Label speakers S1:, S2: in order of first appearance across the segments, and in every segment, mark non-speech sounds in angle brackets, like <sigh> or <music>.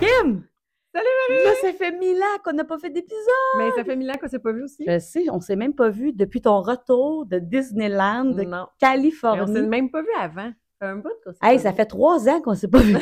S1: Kim!
S2: Salut,
S1: Marie! Là, ça fait mille ans qu'on n'a pas fait d'épisode.
S2: Mais ça fait mille ans qu'on s'est pas vu aussi.
S1: Ah! Je sais, on s'est même pas vu depuis ton retour de Disneyland, de
S2: Non. Mais on s'est
S1: Californie.
S2: même pas vu avant. Ça fait un bout qu'on s'est
S1: Hey,
S2: pas
S1: ça
S2: vu.
S1: fait trois ans qu'on s'est pas <laughs> vu.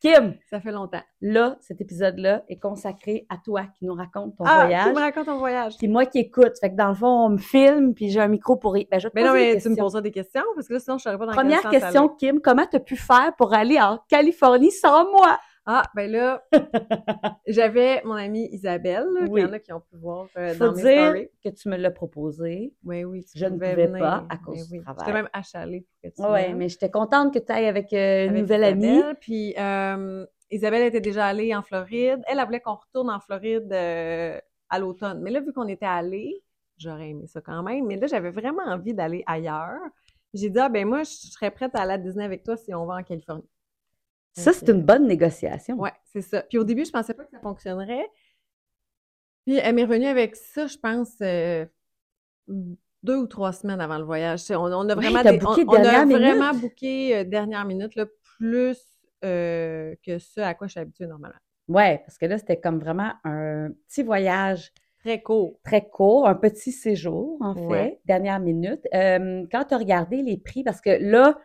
S1: Kim,
S2: Ça fait longtemps.
S1: là, cet épisode-là est consacré à toi qui nous raconte ton
S2: ah, tu
S1: voyage.
S2: me racontes ton voyage.
S1: C'est moi qui écoute. Fait que dans le fond, on me filme, puis j'ai un micro pour... y- Ben, je vais te
S2: Mais non,
S1: poser des
S2: mais tu
S1: questions.
S2: me poseras des questions parce que là, sinon, je saurais pas dans quel
S1: Première
S2: sens
S1: question,
S2: aller.
S1: Kim, comment t'as pu faire pour aller en Californie sans moi?
S2: Ah, ben là,
S1: <laughs>
S2: j'avais mon amie Isabelle, là, qu'il
S1: Oui.
S2: y en a qui ont pu voir euh,
S1: Faut
S2: dans mes
S1: dire
S2: stories.
S1: que tu me l'as proposé.
S2: Oui, oui. tu
S1: je ne pouvais pas à
S2: Ben
S1: cause du travail.
S2: J'étais même achalée pour que tu
S1: Oui,
S2: viennes
S1: mais j'étais contente que tu ailles avec euh, une
S2: avec
S1: nouvelle amie.
S2: Isabelle. Puis euh, Isabelle était déjà allée en Floride. Elle, elle voulait qu'on retourne en Floride euh, à l'automne. Mais là, vu qu'on était allés, j'aurais aimé ça quand même. Mais là, j'avais vraiment envie d'aller ailleurs. J'ai dit, ah ben moi, je serais prête à aller à Disney avec toi si on va en Californie.
S1: Ça,
S2: Ok.
S1: c'est une bonne négociation.
S2: euh, Ouais, c'est ça. Puis au début, je pensais pas que ça fonctionnerait. Puis elle m'est revenue avec ça, je pense, euh, deux ou trois semaines avant le voyage. C'est- On, on a vraiment,
S1: t'as
S2: des- on,
S1: booké
S2: on a
S1: dernière minute.
S2: vraiment booké euh, dernière minute, là, plus euh, que ce à quoi je suis habituée normalement.
S1: Ouais, parce que là, c'était comme vraiment un petit voyage
S2: Très court.
S1: très court, un petit séjour, en fait,
S2: Ouais.
S1: dernière minute. Euh, quand tu as regardé les prix, parce que là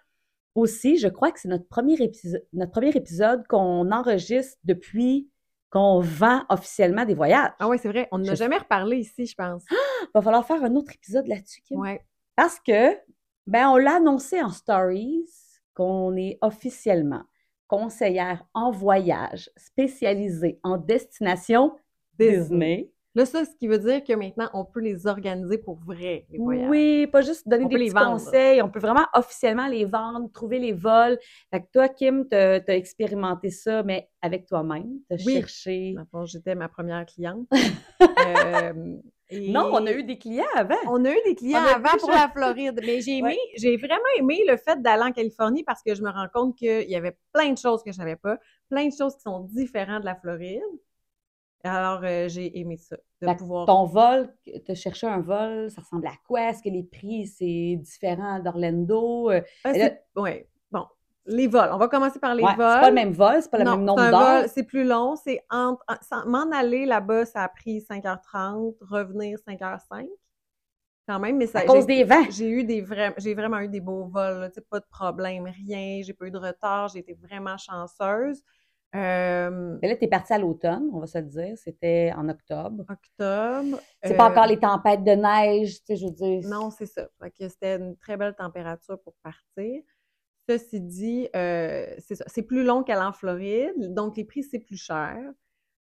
S1: aussi, je crois que c'est notre premier épisode, notre premier épisode qu'on enregistre depuis qu'on vend officiellement des voyages.
S2: Ah ouais, c'est vrai. On n'a
S1: Je- Ah!
S2: jamais reparlé ici, je pense.
S1: Il va falloir faire un autre épisode là-dessus, Kim.
S2: Ouais.
S1: Parce que, ben, on l'a annoncé en stories qu'on est officiellement conseillère en voyage spécialisée en destination Disney.
S2: Là, ça, ce qui veut dire que maintenant, on peut les organiser pour vrai, les voyages.
S1: Oui, pas juste donner
S2: On
S1: des
S2: peut les
S1: petits
S2: vendre.
S1: conseils, on peut vraiment officiellement les vendre, trouver les vols. Fait que toi, Kim, t'as as expérimenté ça, mais avec toi-même, t'as
S2: Oui. Ah.
S1: cherché.
S2: Dans le fond, j'étais ma première
S1: <laughs>
S2: cliente. Euh, et-
S1: Non, on a eu des clients avant.
S2: On a eu des clients
S1: On a
S2: avant
S1: plus
S2: pour
S1: jamais-
S2: la Floride, mais j'ai aimé,
S1: Ouais.
S2: j'ai vraiment aimé le fait d'aller en Californie parce que je me rends compte qu'il y avait plein de choses que je savais pas, plein de choses qui sont différentes de la Floride. Alors euh, j'ai aimé ça de
S1: Fait que
S2: pouvoir.
S1: Ton vol, t'as cherché un vol, ça ressemble à quoi? Est-ce que les prix, c'est différent d'Orlando? Euh,
S2: Ah, c'est- ouais, bon, les vols. On va commencer par les
S1: ouais,
S2: vols.
S1: C'est pas le même vol, c'est pas le
S2: Non,
S1: même
S2: c'est
S1: nombre
S2: un
S1: d'heures.
S2: vol, C'est plus long. C'est entre. en- sans- M'en aller là-bas, ça a pris 5h30, revenir 5h05. Quand même, mais ça.
S1: À
S2: j'ai-
S1: cause des vents.
S2: J'ai eu des vrais, j'ai vraiment eu des beaux vols, là, tu sais, pas de problème, rien, j'ai pas eu de retard, j'ai été vraiment chanceuse. Euh,
S1: Mais là, t'es parti à l'automne, on va se le dire. C'était en octobre.
S2: octobre.
S1: C'est pas
S2: euh,
S1: encore les tempêtes de neige, tu sais, je veux dire.
S2: Non, c'est ça. Fait que c'était une très belle température pour partir. Ceci dit, euh, c'est ça. C'est plus long qu'aller en Floride, donc les prix, c'est plus cher.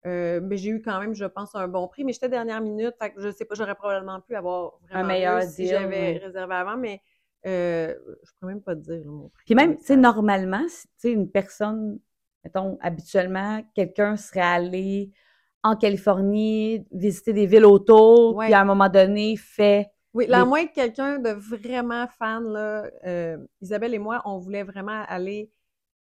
S2: Euh, mais j'ai eu quand même, je pense, un bon prix. Mais j'étais dernière minute, fait que je sais pas, j'aurais probablement pu avoir vraiment
S1: meilleur
S2: mieux si
S1: deal,
S2: j'avais
S1: oui.
S2: réservé avant, mais euh, je pourrais même pas te dire là, mon prix.
S1: Puis même, tu sais,
S2: Ça-
S1: normalement, si, tu sais, une personne, mettons, habituellement, quelqu'un serait allé en Californie, visiter des villes autour,
S2: Ouais.
S1: puis à un moment donné, fait...
S2: Oui, là, à
S1: Mais-
S2: moins que quelqu'un de vraiment fan, là, euh, Isabelle et moi, on voulait vraiment aller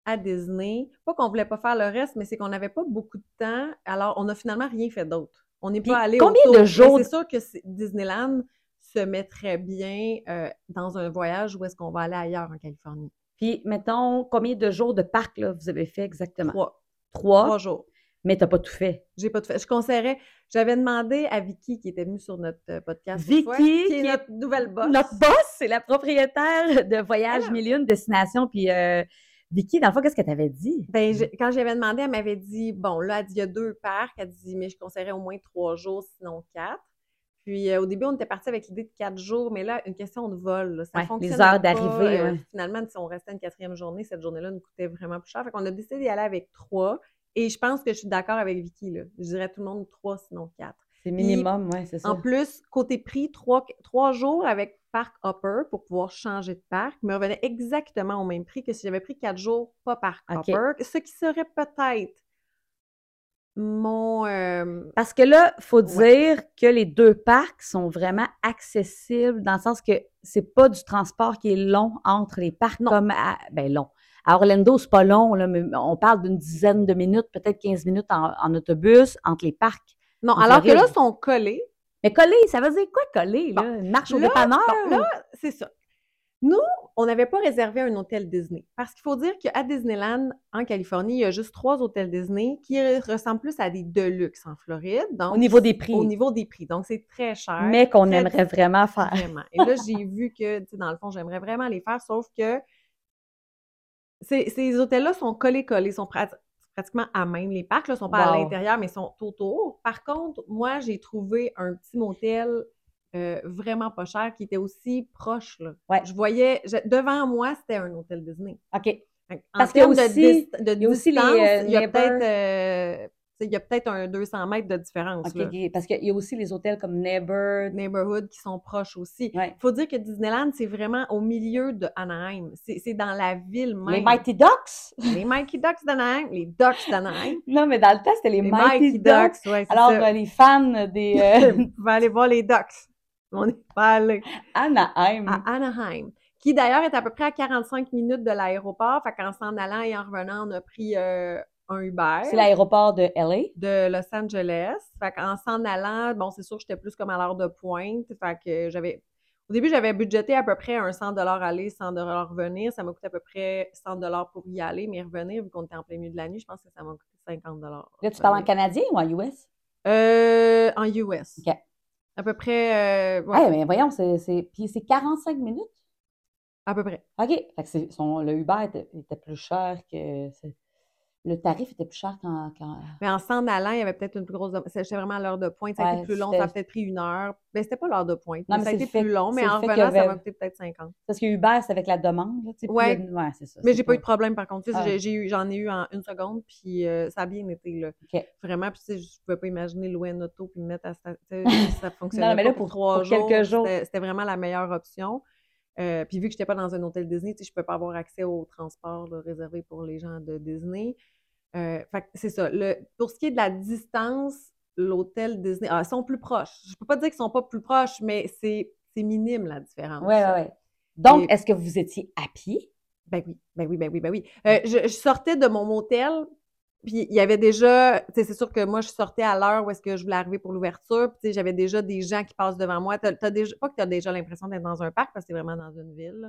S2: à Disney. Pas qu'on voulait pas faire le reste, mais c'est qu'on n'avait pas beaucoup de temps. Alors, on n'a finalement rien fait d'autre. On n'est
S1: Puis
S2: pas allé
S1: combien de
S2: autour. Mais
S1: jours-
S2: C'est sûr que c'est- Disneyland se mettrait bien euh, dans un voyage où est-ce qu'on va aller ailleurs en Californie.
S1: Puis, mettons, combien de jours de parc, là, vous avez fait exactement?
S2: Trois,
S1: Trois,
S2: trois jours.
S1: mais t'as pas tout fait.
S2: J'ai pas de fait. Je conseillerais. J'avais demandé à Vicky qui était venue sur notre euh, podcast. l'autre fois,
S1: Vicky,
S2: qui est
S1: qui est-
S2: notre nouvelle boss.
S1: Notre boss, c'est la propriétaire de Voyage
S2: Elle.
S1: Mille et Une Destination, puis euh, Vicky, dans le fond, qu'est-ce qu'elle t'avait dit?
S2: Ben, j'ai- quand j'avais demandé, elle m'avait dit, bon, là, elle dit, il y a deux parcs. Elle dit, mais je conseillerais au moins trois jours, sinon quatre. Puis euh, au début, on était parti avec l'idée de quatre jours, mais là, une question de vol, là, ça
S1: Ouais, les
S2: fonctionnait
S1: heures
S2: pas. euh,
S1: d'arrivée, ouais.
S2: Finalement, si on restait une quatrième journée, cette journée-là nous coûtait vraiment plus cher. Fait qu'on a décidé d'y aller avec trois. Et je pense que je suis d'accord avec Vicky, là. Je dirais tout le monde trois, sinon quatre.
S1: C'est
S2: Puis,
S1: minimum, oui, c'est ça.
S2: En plus, côté prix, trois, trois jours avec Parc Hopper pour pouvoir changer de parc me revenait exactement au même prix que si j'avais pris quatre jours, pas Parc
S1: Ok.
S2: Hopper, ce qui serait peut-être mon... euh,
S1: Parce que là, faut
S2: Ouais.
S1: dire que les deux parcs sont vraiment accessibles dans le sens que c'est pas du transport qui est long entre les parcs
S2: Non.
S1: comme à ben long. À Orlando, c'est pas long, là, mais on parle d'une dizaine de minutes, peut-être 15 minutes en, en autobus entre les parcs.
S2: Non,
S1: En
S2: alors que là,
S1: Floride.
S2: ils sont collés.
S1: Mais coller, ça veut dire quoi coller, là?
S2: Bon.
S1: Une marche au
S2: Là,
S1: dépanneur?
S2: bon, là, c'est ça. Nous, on n'avait pas réservé un hôtel Disney. Parce qu'il faut dire qu'à Disneyland, en Californie, il y a juste trois hôtels Disney qui ressemblent plus à des deluxe en Floride. Donc,
S1: Au niveau des prix.
S2: au niveau des prix. Donc, c'est très cher.
S1: mais qu'on
S2: très
S1: aimerait vraiment
S2: <laughs>
S1: faire.
S2: Vraiment. Et là, j'ai vu que, tu sais, dans le fond, j'aimerais vraiment les faire, sauf que ces, ces hôtels-là sont collés-collés, sont prat- pratiquement à même. Les parcs, là, sont pas à
S1: Wow.
S2: l'intérieur, mais sont autour. Par contre, moi, j'ai trouvé un petit motel euh, vraiment pas cher qui était aussi proche, là.
S1: Ouais.
S2: Je voyais, je- devant moi, c'était un hôtel Disney.
S1: OK.
S2: Fait que, En
S1: Parce qu'il y a
S2: termes de,
S1: aussi-
S2: dis- de
S1: il y a aussi les,
S2: distance,
S1: euh,
S2: il y a
S1: neighbors.
S2: peut-être euh, tu sais, il y a peut-être un 200 mètres de différence.
S1: OK,
S2: là
S1: ok. parce qu'il y a aussi les hôtels comme Neighbor.
S2: neighborhood qui sont proches aussi. Il
S1: Ouais.
S2: faut dire que Disneyland, c'est vraiment au milieu de Anaheim. C'est c'est dans la ville même.
S1: Les Mighty Ducks? <laughs>
S2: Les Mikey Ducks d'Anaheim, les Ducks d'Anaheim.
S1: Non, mais dans le temps, c'était les,
S2: les
S1: Mighty, Ducks.
S2: ouais, c'est
S1: Alors,
S2: ça.
S1: euh, les fans des euh,
S2: <laughs> Vous pouvez aller voir les Ducks. On est pas allé
S1: Anaheim.
S2: à Anaheim, qui d'ailleurs est à peu près à 45 minutes de l'aéroport. Fait qu'en s'en allant et en revenant, on a pris euh, un Uber.
S1: C'est l'aéroport de LA.
S2: de Los Angeles. Fait qu'en s'en allant, bon, c'est sûr, j'étais plus comme à l'heure de pointe. Fait que j'avais. Au début, j'avais budgété à peu près un 100 aller, 100 revenir. Ça m'a coûté à peu près 100 pour y aller, mais revenir, vu qu'on était en plein milieu de la nuit, je pense que ça m'a coûté 50
S1: Là, tu parles en canadien ou en US?
S2: Euh, en US.
S1: Ok.
S2: À peu près. euh, ouais,
S1: Ouais, mais voyons, c'est, c'est... Puis c'est 45 minutes.
S2: à peu près.
S1: OK. Fait que c'est- son- le Uber était, était plus cher que. c'est- Le tarif était plus cher qu'en. qu'en-
S2: Mais en s'en allant, il y avait peut-être une plus grosse. C'était vraiment à l'heure de pointe. Ça a
S1: Ouais,
S2: été plus long.
S1: c'était-
S2: Ça a peut-être pris une heure. Mais c'était pas l'heure de pointe.
S1: Non,
S2: mais
S1: mais
S2: ça a
S1: c'est
S2: été
S1: le fait-
S2: plus long.
S1: c'est
S2: Mais
S1: le
S2: en
S1: fait qu'il y
S2: revenant, ça
S1: avait-
S2: m'a coûté peut-être 50.
S1: Parce que Uber, c'est avec la demande. Là, tu sais, puis
S2: Ouais.
S1: le- ouais, c'est ça.
S2: Mais
S1: c'est
S2: j'ai pas eu de problème par contre. Tu sais,
S1: Ah.
S2: j'ai- j'ai eu- J'en ai, eu en une seconde, puis euh, ça a bien été là.
S1: Ok.
S2: Vraiment, puis tu sais, je pouvais pas imaginer louer un auto puis me mettre à sta- tu
S1: <laughs>
S2: sais, ça fonctionnait
S1: mais
S2: pas
S1: là,
S2: pour,
S1: pour-
S2: trois
S1: pour
S2: jours.
S1: quelques jours.
S2: C'était c'était vraiment la meilleure option. Euh, puis vu que j'étais pas dans un hôtel Disney, tu sais, je peux pas avoir accès au transport là, réservé pour les gens de Disney. Euh, fait que c'est ça. Le- pour ce qui est de la distance, l'hôtel Disney, ah, ils sont plus proches. Je peux pas dire qu'ils sont pas plus proches, mais c'est c'est minime la différence.
S1: Ouais, ouais, ouais. Donc,
S2: Et-
S1: est-ce que vous étiez à pied?
S2: Ben oui, ben oui, ben oui, ben oui. Euh, je, je sortais de mon motel, puis il y avait déjà, tu sais, c'est sûr que moi, je sortais à l'heure où est-ce que je voulais arriver pour l'ouverture, puis tu sais, j'avais déjà des gens qui passent devant moi. T'as, t'as déjà, pas que t'as déjà l'impression d'être dans un parc, parce que c'est vraiment dans une ville, là,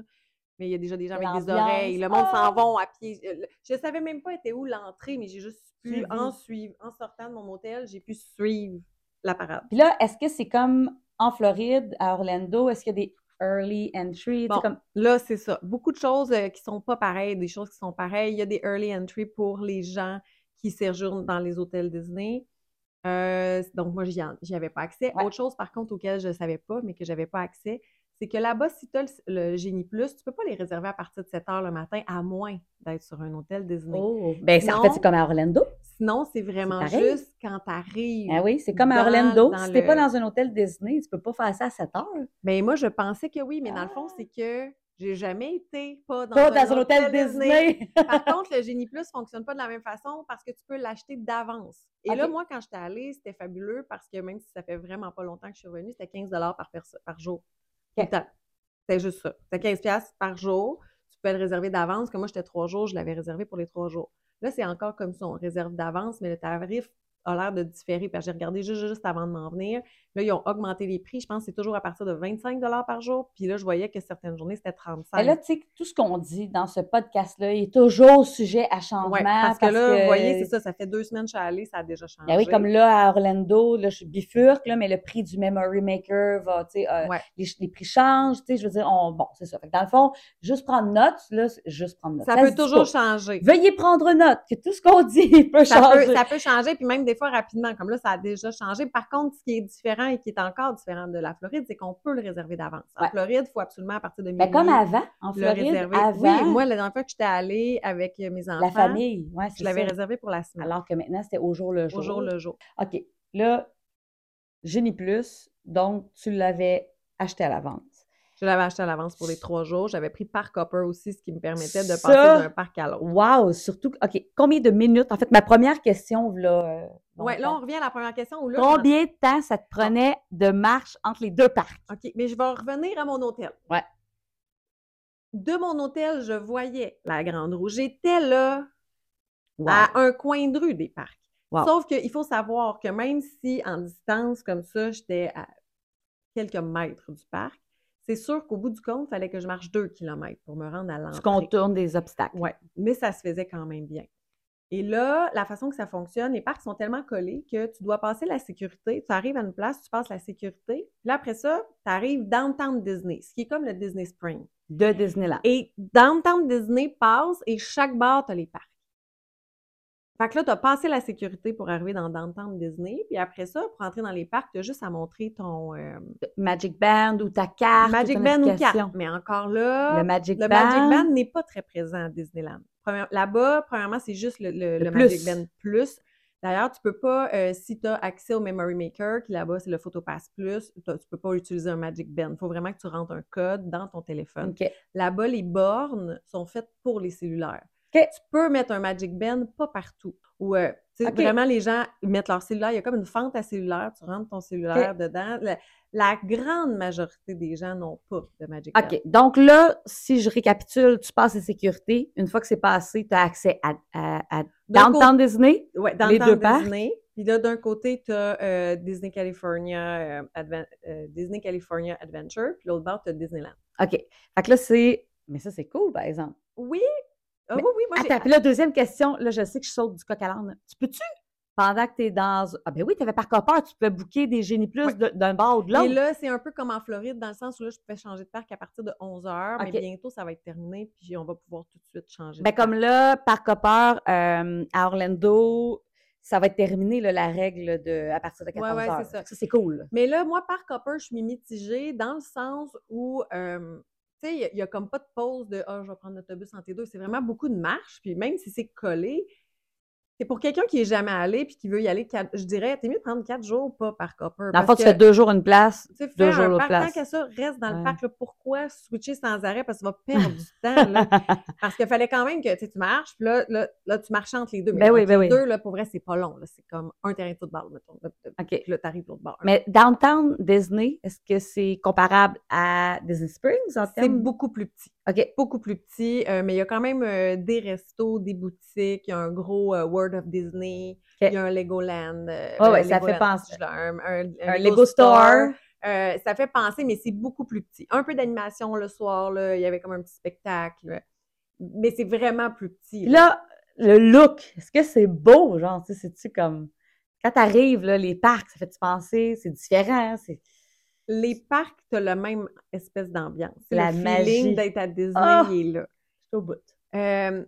S2: mais il y a déjà des gens avec des
S1: L'ambiance.
S2: oreilles, le monde
S1: Ah!
S2: s'en va à pied. Euh, le- Je savais même pas était où l'entrée, mais j'ai juste pu,
S1: Suivi.
S2: en suivre, en sortant de mon motel, j'ai pu suivre la parade.
S1: Puis là, est-ce que c'est comme en Floride, à Orlando, est-ce qu'il y a des early entry? tu sais,
S2: Bon.
S1: Comme...
S2: Là, c'est ça. Beaucoup de choses euh, qui sont pas pareilles, des choses qui sont pareilles. Il y a des early entry pour les gens qui séjournent dans les hôtels Disney. Euh, donc, moi, j'y en- j'y avais pas accès.
S1: Ouais.
S2: Autre chose, par contre, auquel je savais pas, mais que j'avais pas accès, c'est que là-bas, si tu as le, le Génie Plus, tu peux pas les réserver à partir de 7 heures le matin, à moins d'être sur un hôtel Disney.
S1: Oh. Ben, ça, en
S2: Non.
S1: fait, c'est comme à Orlando.
S2: Sinon, c'est vraiment
S1: C'est pareil.
S2: juste quand tu arrives.
S1: Ah oui, c'est comme à
S2: Dans-
S1: Orlando.
S2: dans
S1: si t'es pas
S2: le-
S1: dans un hôtel Disney, tu peux pas faire ça à 7 heures.
S2: Ben, moi, je pensais que oui, mais dans le fond,
S1: Ah.
S2: c'est que j'ai jamais été pas dans,
S1: Pas dans un hôtel Disney.
S2: Par contre, le Génie Plus fonctionne pas de la même façon parce que tu peux l'acheter d'avance. Et là,
S1: Ok.
S2: moi, quand j'étais allée, c'était fabuleux parce que même si ça fait vraiment pas longtemps que je suis revenue, c'était 15 par, perso- par jour. Tout le temps. C'était juste ça. C'était 15 piastres par jour. Tu peux le réserver d'avance. Comme moi, j'étais trois jours, je l'avais réservé pour les trois jours. Là, c'est encore comme ça. On réserve d'avance, mais le tarif a l'air de différer. Parce que j'ai regardé juste, juste avant de m'en venir. Là, ils ont augmenté les prix. Je pense que c'est toujours à partir de 25 par jour. Puis là, je voyais que certaines journées, c'était 35
S1: Mais là, tu sais, tout ce qu'on dit dans ce podcast-là est toujours sujet à changement.
S2: Ouais, parce, que là, vous voyez, c'est ça, ça fait deux semaines que je suis allée, ça a déjà changé.
S1: Ben oui, comme là, à Orlando, là, je bifurque, là, mais le prix du Memory Maker va, tu sais, euh,
S2: Ouais.
S1: les, les prix changent, tu sais, je veux dire, on, bon, c'est ça. Fait que dans le fond, juste prendre note, là, c'est- juste prendre note.
S2: Ça,
S1: se
S2: peut
S1: dit
S2: toujours
S1: pas.
S2: changer.
S1: Veuillez prendre note que tout ce qu'on dit <laughs> peut
S2: Ça
S1: changer.
S2: peut, ça peut changer, puis même des fois rapidement, comme là, ça a déjà changé. Par contre, ce qui est différent et qui est encore différent de la Floride, c'est qu'on peut le réserver d'avance. En
S1: Ouais.
S2: Floride, il faut absolument à partir de minuit
S1: Mais comme avant, en
S2: le
S1: Floride,
S2: réserver.
S1: avant,
S2: Oui, moi, la dernière fois que j'étais allée avec euh, mes enfants,
S1: la famille, ouais, c'est
S2: je l'avais
S1: ça.
S2: réservé pour la semaine,
S1: Alors que maintenant, c'était au jour le jour.
S2: au jour le jour.
S1: OK. Là, Génie Plus, donc tu l'avais acheté à la vente.
S2: Je l'avais acheté à l'avance pour les trois jours. J'avais pris Park Hopper aussi, ce qui me permettait de passer
S1: Ça,
S2: d'un parc à l'autre.
S1: Wow! Surtout, que- OK, combien de minutes? En fait, ma première question, là. euh,
S2: Ouais, là, on revient à la première question. Où là, je m'en-
S1: Combien de temps ça te prenait de marche entre les deux parcs?
S2: OK, mais je vais en revenir à mon hôtel.
S1: Ouais.
S2: De mon hôtel, je voyais la Grande Roue. J'étais là à un coin de rue des parcs.
S1: Wow.
S2: Sauf qu'il faut savoir que même si en distance comme ça, j'étais à quelques mètres du parc, c'est c'est sûr qu'au bout du compte, il fallait que je marche deux kilomètres pour me rendre à
S1: Tu
S2: l'entrée.
S1: contournes des obstacles.
S2: Ouais, mais ça se faisait quand même bien. Et là, la façon que ça fonctionne, les parcs sont tellement collés que tu dois passer la sécurité. Tu arrives à une place, tu passes la sécurité. Puis là, après ça, tu arrives Downtown Disney, ce qui est comme le Disney Spring.
S1: De Disneyland.
S2: Et Downtown Disney passe et chaque bar, tu les parcs. Fait que là, tu as passé la sécurité pour arriver dans Downtown Disney. Puis après ça, pour entrer dans les parcs, tu as juste à montrer ton euh,
S1: Magic Band ou ta carte.
S2: Magic
S1: ton
S2: Band ou
S1: application.
S2: carte. Mais encore là,
S1: Le Magic
S2: le
S1: Band.
S2: Magic Band n'est pas très présent à Disneyland. Première- Là-bas, premièrement, c'est juste le, le- le
S1: plus.
S2: Magic Band Plus. D'ailleurs, tu peux pas, euh, si tu as accès au Memory Maker, qui là-bas, c'est le PhotoPass Plus, t'as- tu peux pas utiliser un Magic Band. Il faut vraiment que tu rentres un code dans ton téléphone.
S1: OK.
S2: Là-bas, les bornes sont faites pour les cellulaires.
S1: OK.
S2: Tu peux mettre un Magic Band, pas partout. Ou euh, tu sais,
S1: OK.
S2: vraiment, les gens ils mettent leur cellulaire. Il y a comme une fente à cellulaire. Tu rentres ton cellulaire dedans. La, la grande majorité des gens n'ont pas de Magic Band.
S1: OK. Donc là, si je récapitule, tu passes la sécurité. Une fois que c'est passé, tu as accès à, à, à
S2: D'un
S1: Downtown Disney.
S2: Ouais, dans
S1: Les
S2: les
S1: deux
S2: deux
S1: parcs.
S2: Disney. Puis là, d'un côté, tu as Disney California, euh, Adven- euh, Disney California Adventure, puis l'autre bord, tu as Disneyland.
S1: OK. Fait que là, c'est. Mais ça, c'est cool, par exemple.
S2: Oui! Ah
S1: Mais
S2: oui, oui, moi j'ai.
S1: Attends, puis là, deuxième question. Là, je sais que je saute du coq à l'âne. Tu peux-tu, pendant que tu es dans. Ah, ben oui, tu avais par copère, tu peux booker des génies plus
S2: Ouais.
S1: de- d'un bord ou de
S2: Et
S1: l'autre.
S2: là, c'est un peu comme en Floride, dans le sens où là, je pouvais changer de parc à partir de 11 h,
S1: Ok.
S2: mais bientôt, ça va être terminé, puis on va pouvoir tout de suite changer.
S1: Ben,
S2: de
S1: comme là, par copeur, euh, à Orlando, ça va être terminé, là, la règle de à partir de
S2: Ouais,
S1: 14
S2: ouais, c'est
S1: heures.
S2: ça.
S1: Ça, c'est cool.
S2: Mais là, moi, par copper, je suis mitigée dans le sens où, euh, tu sais, il y a- il y a, comme pas de pause de Ah, je vais prendre l'autobus en T2. C'est vraiment beaucoup de marche. Puis même si c'est collé, c'est pour quelqu'un qui est jamais allé puis qui veut y aller, quatre- je dirais, t'es mieux de prendre quatre jours, pas par copper.
S1: Dans le
S2: parce
S1: fond, tu
S2: que,
S1: fais deux jours une place.
S2: tu sais,
S1: deux
S2: faire
S1: jours
S2: un
S1: l'autre
S2: parc,
S1: place.
S2: Tant qu'à ça, reste dans
S1: Ouais.
S2: le parc. là, pourquoi switcher sans arrêt? Parce que tu vas perdre du temps.
S1: <laughs>
S2: là. Parce qu'il fallait quand même que tu sais, tu marches, puis là, là, là, tu marches entre les deux. Mais
S1: Ben oui,
S2: entre
S1: ben
S2: les
S1: oui.
S2: deux, là, pour vrai, c'est pas long. là. C'est comme un terrain de football, mettons. Là,
S1: OK.
S2: Puis là, t'arrives l'autre bord.
S1: Mais Downtown Disney, est-ce que c'est comparable à Disney Springs en
S2: C'est
S1: termes?
S2: beaucoup plus petit.
S1: OK.
S2: beaucoup plus petit, euh, mais il y a quand même euh, des restos, des boutiques, il y a un gros euh, World of Disney,
S1: Ok.
S2: il y a un Legoland. euh,
S1: Ouais,
S2: un
S1: ouais, ça fait
S2: Legoland,
S1: penser.
S2: je l'ai- Un, un- un
S1: Un euh, Lego Store.
S2: euh, ça fait penser, mais c'est beaucoup plus petit. Un peu d'animation le soir, là, il y avait comme un petit spectacle, mais c'est vraiment plus petit.
S1: Puis là, le look, est-ce que c'est beau? Genre, tu sais, c'est-tu comme. Quand t'arrives, là, les parcs, ça fait-tu penser? C'est différent. C'est...
S2: Les parcs, tu as la même espèce d'ambiance.
S1: La
S2: le
S1: magie.
S2: feeling d'être à Disney
S1: Ah!
S2: il est là.
S1: Je suis au bout.
S2: Euh,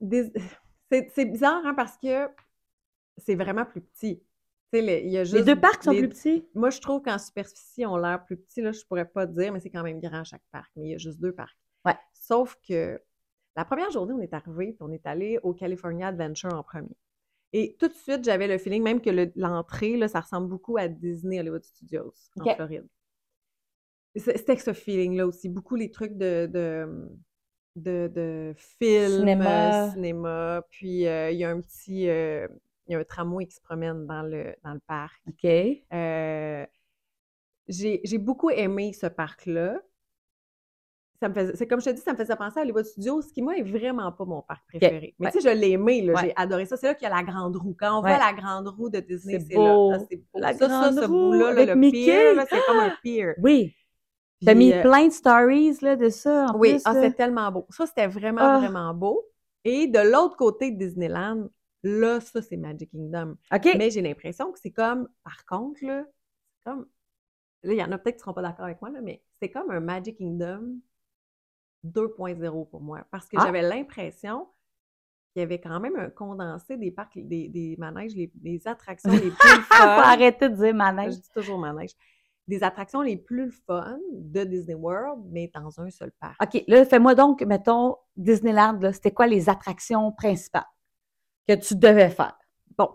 S2: des- <laughs> C'est c'est bizarre hein, parce que c'est vraiment plus petit. Tu sais, les- il y a
S1: Les
S2: juste
S1: deux parcs sont
S2: les-
S1: plus petits.
S2: Moi, je trouve qu'en superficie, on l'air plus petit. Là, je pourrais pas dire, mais c'est quand même grand chaque parc. Mais il y a juste deux parcs.
S1: Ouais.
S2: Sauf que la première journée, on est arrivé puis on est allé au California Adventure en premier. Et tout de suite, j'avais le feeling même que le- l'entrée, là, ça ressemble beaucoup à Disney Hollywood Studios en
S1: Ok.
S2: Floride. C'est- C'était ce feeling-là aussi. Beaucoup les trucs de, de, de, de films,
S1: Cinéma.
S2: euh, cinéma. Puis euh, il y a un petit... euh, il y a un tramway qui se promène dans le, dans le parc.
S1: OK.
S2: Euh, j'ai j'ai beaucoup aimé ce parc-là. Ça me faisait- c'est comme je te dis, ça me faisait penser à Hollywood Studios, ce qui, moi, est vraiment pas mon parc préféré. Mais tu sais, je l'ai aimé, là,
S1: Ouais.
S2: j'ai adoré ça. C'est là qu'il y a la grande roue. Quand on
S1: Ouais.
S2: voit la grande roue de Disney,
S1: C'est
S2: c'est là.
S1: beau.
S2: Ça, c'est beau.
S1: La
S2: ça, ça,
S1: grande
S2: ce
S1: roue
S2: bout-là, là,
S1: avec
S2: le
S1: Mickey.
S2: pier, là, c'est comme un pier.
S1: Oui. T'as
S2: Puis,
S1: mis
S2: euh,
S1: plein de stories là, de ça. En
S2: oui,
S1: plus,
S2: ah,
S1: là.
S2: c'est tellement beau. Ça, c'était vraiment,
S1: Ah.
S2: vraiment beau. Et de l'autre côté de Disneyland, là, ça, c'est Magic Kingdom.
S1: OK.
S2: Mais j'ai l'impression que c'est comme, par contre, là, c'est comme, là, il y en a peut-être qui ne seront pas d'accord avec moi, là, mais c'est comme un Magic Kingdom 2.0 pour moi. Parce que
S1: Ah.
S2: j'avais l'impression qu'il y avait quand même un condensé des parcs, des, des manèges, les- des attractions les plus le
S1: Ah, faut
S2: fun.
S1: arrêter de dire
S2: Je
S1: manège.
S2: dis toujours manège. Des attractions les plus le fun de Disney World, mais dans un seul parc.
S1: OK. Là, fais-moi donc, mettons, Disneyland, là, c'était quoi les attractions principales que tu devais faire?
S2: Bon.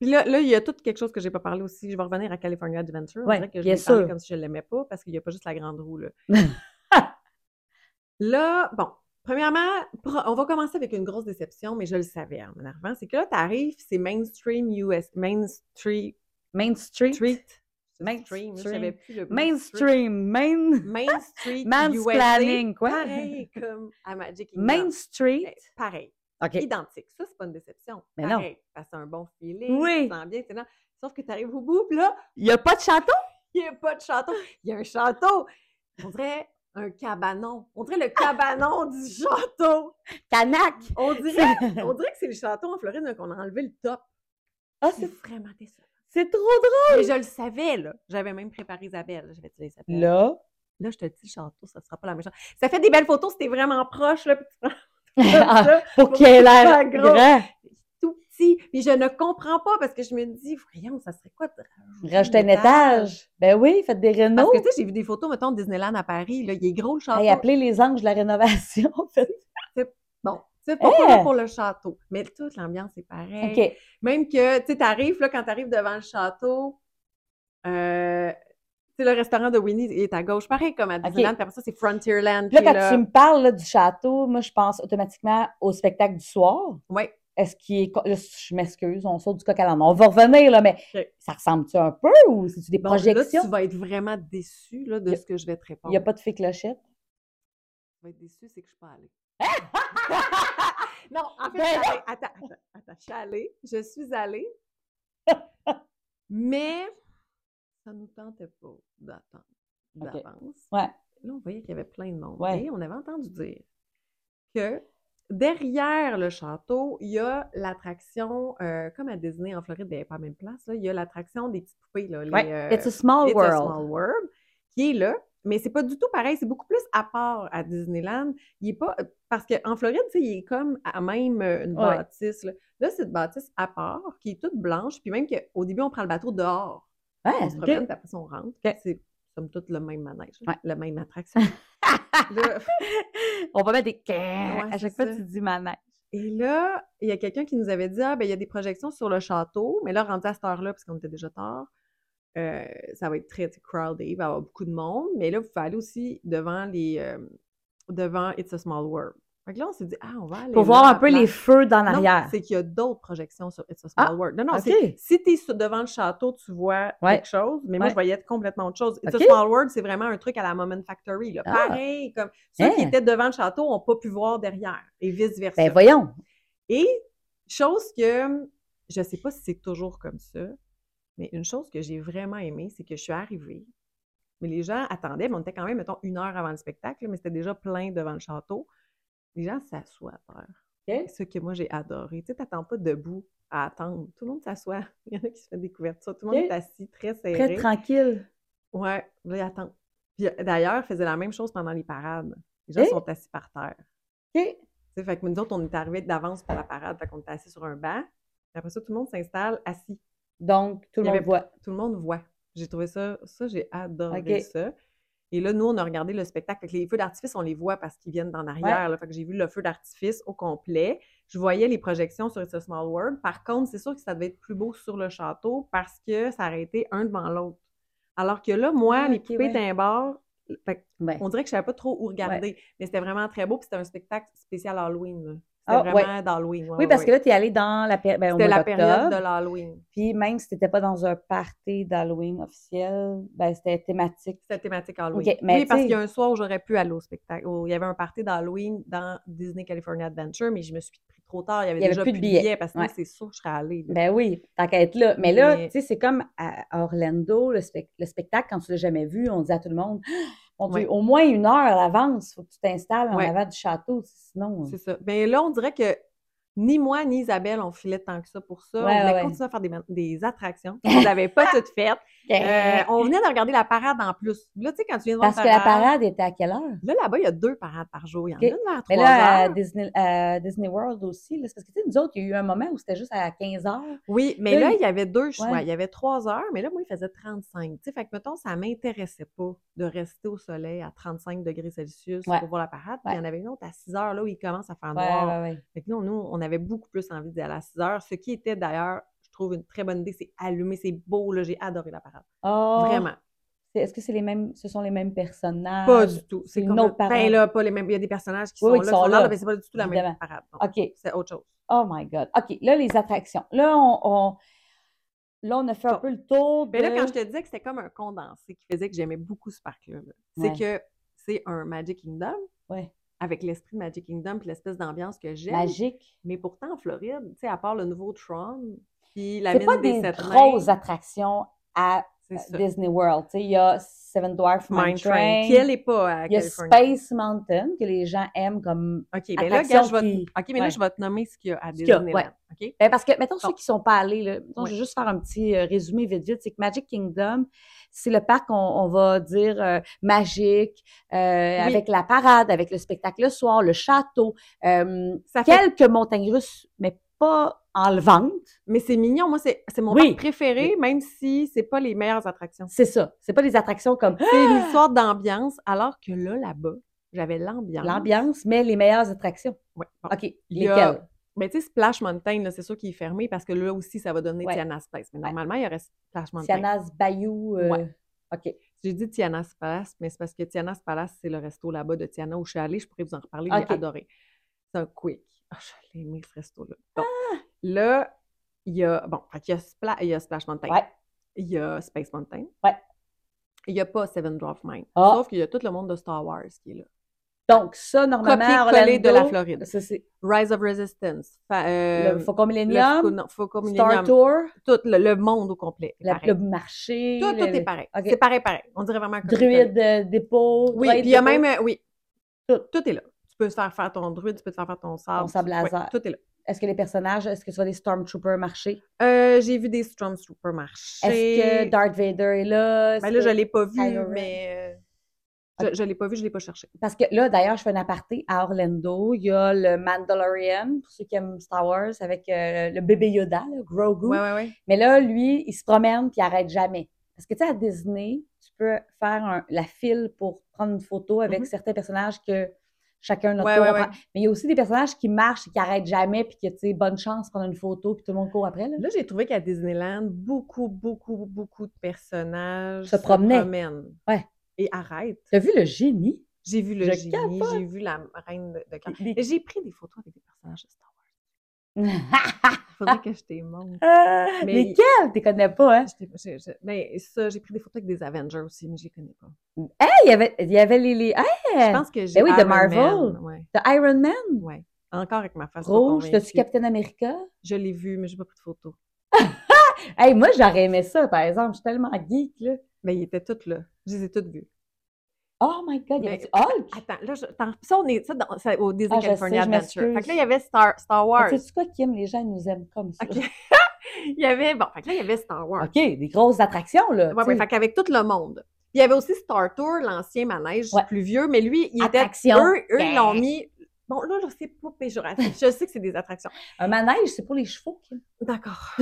S2: Puis là, là, il y a tout quelque chose que j'ai pas parlé aussi. Je vais revenir à California Adventure.
S1: Ouais,
S2: on dirait que je
S1: bien
S2: l'ai parlé
S1: sûr.
S2: comme si je l'aimais pas parce qu'il n'y a pas juste la grande roue.
S1: <laughs>
S2: Là, Là, bon, premièrement, pro- on va commencer avec une grosse déception, mais je le savais en arrivant. C'est que là, tu arrives, c'est mainstream US, mainstream
S1: Main Street.
S2: street.
S1: Mainstream.
S2: Mainstream, je savais plus le mot.
S1: Mainstream. Main.
S2: Main Street USA.
S1: Mansplaining, quoi?
S2: Pareil comme à Magic Kingdom.
S1: Main
S2: Eh,
S1: Street.
S2: Pareil.
S1: OK.
S2: identique. Ça, c'est pas une déception.
S1: Mais non.
S2: Pareil, parce que c'est un bon feeling,
S1: Oui.
S2: tu te sens bien, c'est là. Sauf que tu arrives au bout, puis là,
S1: Il n'y a pas de château?
S2: Il n'y a pas de château. Il y a un château. On dirait un cabanon. On dirait le
S1: <laughs>
S2: cabanon du château.
S1: Canac!
S2: On
S1: <laughs>
S2: dirait, on dirait que c'est le château en Floride qu'on a enlevé le top.
S1: Ah,
S2: C'est
S1: c'est,
S2: vraiment décevant.
S1: c'est trop drôle!
S2: Mais je le savais, là. J'avais même préparé Isabelle. J'avais dit Isabelle. Là.
S1: Là,
S2: je te dis, le château, ça sera pas la même chose. Ça fait des belles photos si t'es vraiment proche, là, puis tu
S1: <laughs>
S2: prends comme
S1: <laughs> Ah,
S2: ça.
S1: pour qu'il ait
S2: pas
S1: l'air
S2: gros.
S1: grand,
S2: tout petit. Puis je ne comprends pas parce que je me dis, voyons, ça serait quoi de rajouter
S1: rajouter un étage. Ben oui, faites des
S2: Parce
S1: rénaux.
S2: que tu sais, j'ai vu des photos, mettons, de Disneyland à Paris. Là, il est gros le château.
S1: Oh! Hey, appelez les anges de la rénovation. faites-
S2: Bon, tu sais, pourquoi
S1: Hey!
S2: pas pour le château? Mais toute l'ambiance est pareille.
S1: Hein? OK.
S2: Même que, tu sais, t'arrives, là, quand t'arrives devant le château, euh, tu sais, le restaurant de Winnie est à gauche. Pareil comme à Disneyland, puis après ça, c'est Frontierland.
S1: Puis Là,
S2: qui
S1: quand
S2: est là.
S1: tu me parles là, du château, moi, je pense automatiquement au spectacle du soir.
S2: Ouais.
S1: Est-ce qu'il est. co- là, Je m'excuse, on saute du coq à l'âne. On va revenir, là, mais
S2: Ok.
S1: ça ressemble-tu un peu ou c'est-tu des
S2: Bon,
S1: projections?
S2: Là, tu vas être vraiment déçu là, de
S1: Y a-
S2: ce que je vais te répondre.
S1: Il n'y a pas de fée
S2: <laughs>
S1: clochette.
S2: Tu vas être déçu, c'est que je suis pas allée. non, en fait,
S1: Ben
S2: je suis allée- attends, attends, attends, je suis allée, je suis allée, mais ça nous tentait pas d'attendre d'avance.
S1: Ouais.
S2: Là, on voyait qu'il y avait plein de monde.
S1: Ouais.
S2: Et on avait entendu dire que derrière le château, il y a l'attraction, euh, comme à Disney en Floride, ben, il n'y a pas la même place, là, il y a l'attraction des petites poupées. Là, les,
S1: Ouais.
S2: euh,
S1: It's a small
S2: It's a
S1: world.
S2: Small World, qui est là. Mais c'est pas du tout pareil, c'est beaucoup plus à part à Disneyland. Il est pas parce qu'en Floride, tu sais, il est comme à même euh, une
S1: Ouais.
S2: bâtisse. Là, Là, c'est une bâtisse à part qui est toute blanche, puis même qu'au début, on prend le bateau dehors.
S1: Ouais,
S2: On
S1: Ah, ok.
S2: se promène, puis après, ça, on rentre.
S1: Ok.
S2: C'est comme tout le même manège,
S1: Ouais.
S2: la même
S1: <laughs>
S2: attraction. Là,
S1: On va mettre des.
S2: c'est
S1: à chaque fois,
S2: ça.
S1: tu dis manège.
S2: et là, il y a quelqu'un qui nous avait dit Ah, ben, il y a des projections sur le château, mais là, rendu à cette heure-là, parce qu'on était déjà tard, euh, ça va être très tu sais, crowded, il va y avoir beaucoup de monde, mais là, vous pouvez aller aussi devant les. euh, devant It's a Small World. Fait que là, on s'est dit Ah, on va aller.
S1: Pour
S2: là,
S1: voir
S2: à
S1: un peu
S2: place.
S1: les feux dans
S2: Non,
S1: l'arrière.
S2: C'est qu'il y a d'autres projections sur It's a Small
S1: Ah,
S2: World. Non, non,
S1: OK.
S2: c'est- si tu es devant le château, tu vois
S1: Ouais.
S2: quelque chose, mais moi,
S1: Ouais.
S2: je voyais complètement autre chose. It's
S1: OK.
S2: a Small World, c'est vraiment un truc à la Moment Factory. là.
S1: Ah.
S2: Pareil, comme ceux qui
S1: Hein.
S2: étaient devant le château n'ont pas pu voir derrière, et vice-versa.
S1: Ben voyons.
S2: Et chose que je sais pas si c'est toujours comme ça, mais une chose que j'ai vraiment aimée, c'est que je suis arrivée. Mais les gens attendaient, mais on était quand même, mettons, une heure avant le spectacle, mais c'était déjà plein devant le château. Les gens s'assoient à terre.
S1: OK.
S2: Ce que moi, j'ai adoré. Tu sais, t'attends pas debout à attendre. Tout le monde s'assoit. <laughs> Il y en a qui se fait des couvertures. Tout le monde
S1: Ok.
S2: est assis, très serré.
S1: Très tranquille.
S2: Ouais, là, ils attendent. Puis euh, d'ailleurs, ils faisaient la même chose pendant les parades. Les gens
S1: Ok.
S2: sont assis par terre.
S1: OK.
S2: Tu sais, fait que nous autres, on est arrivés d'avance pour la parade. Fait qu'on était assis sur un banc. Puis Après ça, tout le monde s'installe assis.
S1: Donc, tout
S2: Il
S1: le
S2: y
S1: monde
S2: avait-
S1: voit.
S2: Tout le monde voit. J'ai trouvé ça, ça, j'ai adoré
S1: Ok.
S2: ça. Et là, nous, on a regardé le spectacle. Fait que les feux d'artifice, on les voit parce qu'ils viennent d'en arrière. là. Fait que j'ai vu le feu d'artifice au complet. Je voyais les projections sur It's a Small World. Par contre, c'est sûr que ça devait être plus beau sur le château parce que ça aurait été un devant l'autre. Alors que là, moi,
S1: Ah,
S2: les
S1: ok,
S2: poupées
S1: ouais.
S2: d'un bord, fait que
S1: Ben,
S2: on dirait que je savais pas trop où regarder, mais c'était vraiment très beau. Puis c'était un spectacle spécial Halloween. là.
S1: Ah,
S2: C'était vraiment d'Halloween. ouais,
S1: Oui,
S2: ouais,
S1: parce que
S2: ouais.
S1: là, tu es allé dans la, péri- ben, au mois
S2: c'était la
S1: d'octobre.
S2: période de l'Halloween.
S1: Puis même si tu n'étais pas dans un party d'Halloween officiel, ben, c'était thématique.
S2: C'était thématique Halloween.
S1: Ok, mais
S2: oui, parce
S1: tu sais-
S2: qu'il y a un soir où j'aurais pu aller au spectacle. où il y avait un party d'Halloween dans Disney California Adventure, mais je me suis pris trop tard. Il y avait,
S1: Il y avait
S2: déjà
S1: plus de billets.
S2: parce que moi,
S1: Ouais.
S2: c'est sûr que je serais allée. là.
S1: Ben oui, tant qu'à être là. Mais là,
S2: Mais-
S1: tu sais, c'est comme à à Orlando, le, spec- le spectacle, quand tu l'as jamais vu, on dit à tout le monde, Ah, mon Dieu,
S2: Ouais.
S1: au moins une heure à l'avance, faut que tu t'installes en
S2: Ouais.
S1: avant du château, sinon... euh,
S2: C'est ça. Mais là, on dirait que ni moi ni Isabelle, on filait tant que ça pour ça.
S1: Ouais,
S2: on voulait
S1: ouais.
S2: continuer à faire des, man- des attractions. On n'avait pas toutes
S1: <laughs>
S2: faites. Euh, on venait de regarder la parade en plus. Là, tu sais, quand tu viens de voir
S1: Parce
S2: une
S1: que la
S2: parade-
S1: parade était à quelle heure?
S2: Là, là-bas, il y a deux parades par jour. Il y en
S1: Ok.
S2: a une vers
S1: Mais
S2: 3
S1: là, à
S2: heures.
S1: Disney, à Disney World aussi, là, c'est parce que, tu sais, nous autres, il y a eu un moment où c'était juste à 15 heures.
S2: Oui, mais
S1: là,
S2: là,
S1: il-
S2: il y avait deux choix.
S1: Ouais.
S2: Il y avait trois heures, mais là, moi, il faisait 35. Tu sais, fait que, mettons, ça m'intéressait pas de rester au soleil à 35 degrés Celsius
S1: Ouais.
S2: pour voir la parade. Puis il y en avait une autre à 6 heures, là, où il commence à faire
S1: Ouais,
S2: noir.
S1: ouais, ouais.
S2: Fait que nous, nous, on avait beaucoup plus envie d'y aller à 6 heures, ce qui était d'ailleurs, je trouve, une très bonne idée. C'est allumé, c'est beau, là. J'ai adoré la parade.
S1: Oh,
S2: Vraiment.
S1: c'est- Est-ce que c'est les mêmes, ce sont les mêmes personnages?
S2: Pas du tout. C'est
S1: c'est une
S2: comme
S1: autre
S2: Ben
S1: parade.
S2: là, pas les mêmes. Il y a des personnages qui
S1: Oui,
S2: sont
S1: oui,
S2: là,
S1: qui
S2: qui
S1: sont
S2: sont là,
S1: là.
S2: mais c'est pas du tout la
S1: Évidemment.
S2: même parade. Non,
S1: OK.
S2: C'est autre chose.
S1: Oh my God. OK, là, les attractions. Là, on, on- là, on a fait un
S2: Bon.
S1: peu le tour de...
S2: Mais Ben là, quand je te disais que c'était comme un condensé qui faisait que j'aimais beaucoup ce parc-là, là, c'est
S1: Ouais.
S2: que c'est un Magic Kingdom
S1: Ouais.
S2: avec l'esprit de Magic Kingdom puis l'espèce d'ambiance que j'aime.
S1: Magique.
S2: Mais pourtant, en Floride, tu sais, à part le nouveau Tron, puis la
S1: C'est
S2: mine
S1: pas
S2: des,
S1: des
S2: sept nains,
S1: grosses attractions à
S2: C'est ça.
S1: Disney World. Tu sais, il y a Seven Dwarfs Mine,
S2: Mine
S1: Train.
S2: Train, qui elle est pas à
S1: il y a
S2: Californie.
S1: Space Mountain, que les gens aiment comme.
S2: OK, mais là,
S1: attraction
S2: gars, je vais...
S1: qui-
S2: OK, mais là,
S1: ouais.
S2: je vais te nommer ce qu'il y a à
S1: qu'il y a,
S2: Disneyland. OK?
S1: Ben, parce que, mettons,
S2: Bon.
S1: ceux qui sont pas allés, là, mettons,
S2: Ouais.
S1: je vais juste faire un petit euh, résumé vite, vite. C'est que Magic Kingdom, c'est le parc, on, on va dire, euh, magique, euh, avec la parade, avec le spectacle le soir, le château, euh,
S2: Ça fait...
S1: quelques montagnes russes, mais pas enlevantes.
S2: Mais c'est mignon. Moi, c'est c'est mon
S1: Oui.
S2: parc préféré, même si c'est pas les meilleures attractions.
S1: C'est ça. C'est pas des attractions comme ah,
S2: C'est une histoire d'ambiance, alors que là, là-bas, j'avais l'ambiance.
S1: l'ambiance, mais les meilleures attractions.
S2: Ouais, bon.
S1: OK,
S2: Il y a-
S1: lesquelles?
S2: Mais tu sais, Splash Mountain, là, c'est sûr qu'il est fermé parce que là aussi, ça va donner
S1: Ouais.
S2: Tiana Space. Mais
S1: Ouais.
S2: normalement, il y aurait Splash Mountain.
S1: Tiana's Bayou. euh,
S2: Ouais.
S1: OK.
S2: J'ai dit Tiana's Palace, mais c'est parce que Tiana's Palace, c'est le resto là-bas de Tiana où je suis allée. Je pourrais vous en reparler,
S1: Ok.
S2: j'ai adoré. C'est un quick. Ah, je l'ai aimé, ce resto-là. Bon.
S1: Ah!
S2: Là, il y a, bon, fait qu'il y a, Spla- il y a Splash Mountain.
S1: Ouais.
S2: Il y a Space Mountain.
S1: Ouais.
S2: Il n'y a pas Seven Dwarfs Mine.
S1: Ah.
S2: Sauf qu'il y a tout le monde de Star Wars qui est là.
S1: Donc, ça, normalement, à
S2: Copier-coller de la
S1: Orlando,
S2: Floride.
S1: Ça, c'est
S2: Rise of Resistance. Fa- euh,
S1: le Faucon
S2: le
S1: Millennium,
S2: Faucon- Faucon
S1: Star
S2: Millennium.
S1: Tour,
S2: Tout le, le monde au complet. est
S1: la-
S2: pareil.
S1: le marché.
S2: tout,
S1: le-
S2: tout est pareil.
S1: ok.
S2: C'est pareil, pareil. On dirait vraiment un copier-coller.
S1: Druide euh, dépôt.
S2: Oui,
S1: Druide
S2: puis il y a
S1: dépôt.
S2: même, euh, oui,
S1: Tout.
S2: tout, tout est là. Tu peux te faire faire ton druide, tu peux te faire faire ton sable.
S1: sable
S2: tu-
S1: laser.
S2: ouais, tout est là.
S1: Est-ce que les personnages, est-ce que ce soit des Stormtroopers marché?
S2: Euh, j'ai vu des Stormtroopers marcher.
S1: Est-ce que Darth Vader est là? Est-ce
S2: Ben là, je
S1: que-
S2: l'ai pas vu,
S1: Kylo Ren?
S2: mais... euh, Je, je l'ai pas vu, je l'ai pas cherché.
S1: Parce que là, d'ailleurs, je fais un aparté à Orlando. Il y a le Mandalorian, pour ceux qui aiment Star Wars, avec euh, le bébé Yoda, le Grogu.
S2: Ouais, ouais, ouais.
S1: Mais là, lui, il se promène puis il arrête jamais. Parce que tu sais, à Disney, tu peux faire un- la file pour prendre une photo avec
S2: Mhm.
S1: certains personnages que chacun notre
S2: Ouais,
S1: tour,
S2: ouais,
S1: on prend.
S2: ouais.
S1: Mais il y a aussi des personnages qui marchent et qui arrêtent jamais puis que tu sais, bonne chance prendre une photo puis tout le monde court après. Là.
S2: Là, j'ai trouvé qu'à Disneyland, beaucoup, beaucoup, beaucoup de personnages
S1: Se promenaient.
S2: promènent.
S1: Ouais.
S2: Et arrêtent.
S1: T'as vu le génie?
S2: J'ai vu le
S1: Je
S2: génie, j'ai vu la reine de, de Caen.
S1: Les-
S2: Mais J'ai pris des photos avec des personnages de Star Wars.
S1: <laughs>
S2: Faudrait que je t'ai montre. Ah, Mais-
S1: Lesquels? Tu connais pas, hein?
S2: Je t'ai- je- je- Mais ça, j'ai pris des photos avec des Avengers aussi, mais je les connais pas.
S1: Hey, il y avait, il y avait les... les-
S2: Je
S1: Hey!
S2: pense que j'ai.
S1: Ben oui, de
S2: Iron
S1: Marvel.
S2: Man, ouais,
S1: The Iron Man
S2: ouais. Encore avec ma face. pas
S1: rouge, t'as-tu
S2: convaincue.
S1: Captain America?
S2: Je l'ai vu, mais j'ai pas pris de photos.
S1: Hey, moi, j'aurais aimé ça, par exemple. Je suis tellement geek, là.
S2: Mais Ben, ils étaient toutes là. Je les ai toutes vues.
S1: Oh my God, il y
S2: Mais-
S1: avait du Hulk!
S2: Attends, là, je, t'en- ça, on est ça, dans- ça, au Disney
S1: Ah, je
S2: California
S1: sais, je
S2: Adventure. Fait
S1: m'excuse. Ah,
S2: que là, il y avait Star, Star Wars.
S1: C'est quoi qui aime les gens, ils nous aiment comme ça.
S2: Ok. Il y avait, bon, fait que là, il y avait Star Wars.
S1: OK, des grosses attractions, là.
S2: Ouais, ouais, fait qu'avec tout le monde. Il y avait aussi Star Tour, l'ancien manège
S1: Ouais.
S2: plus vieux, mais lui, il était.
S1: Attraction.
S2: Eux, eux, ils
S1: Ben.
S2: l'ont mis. Bon, là, là, c'est pas
S1: <laughs>
S2: péjoratif. Je sais que c'est des attractions.
S1: Un manège, c'est pour les chevaux. Kim. <laughs>
S2: D'accord.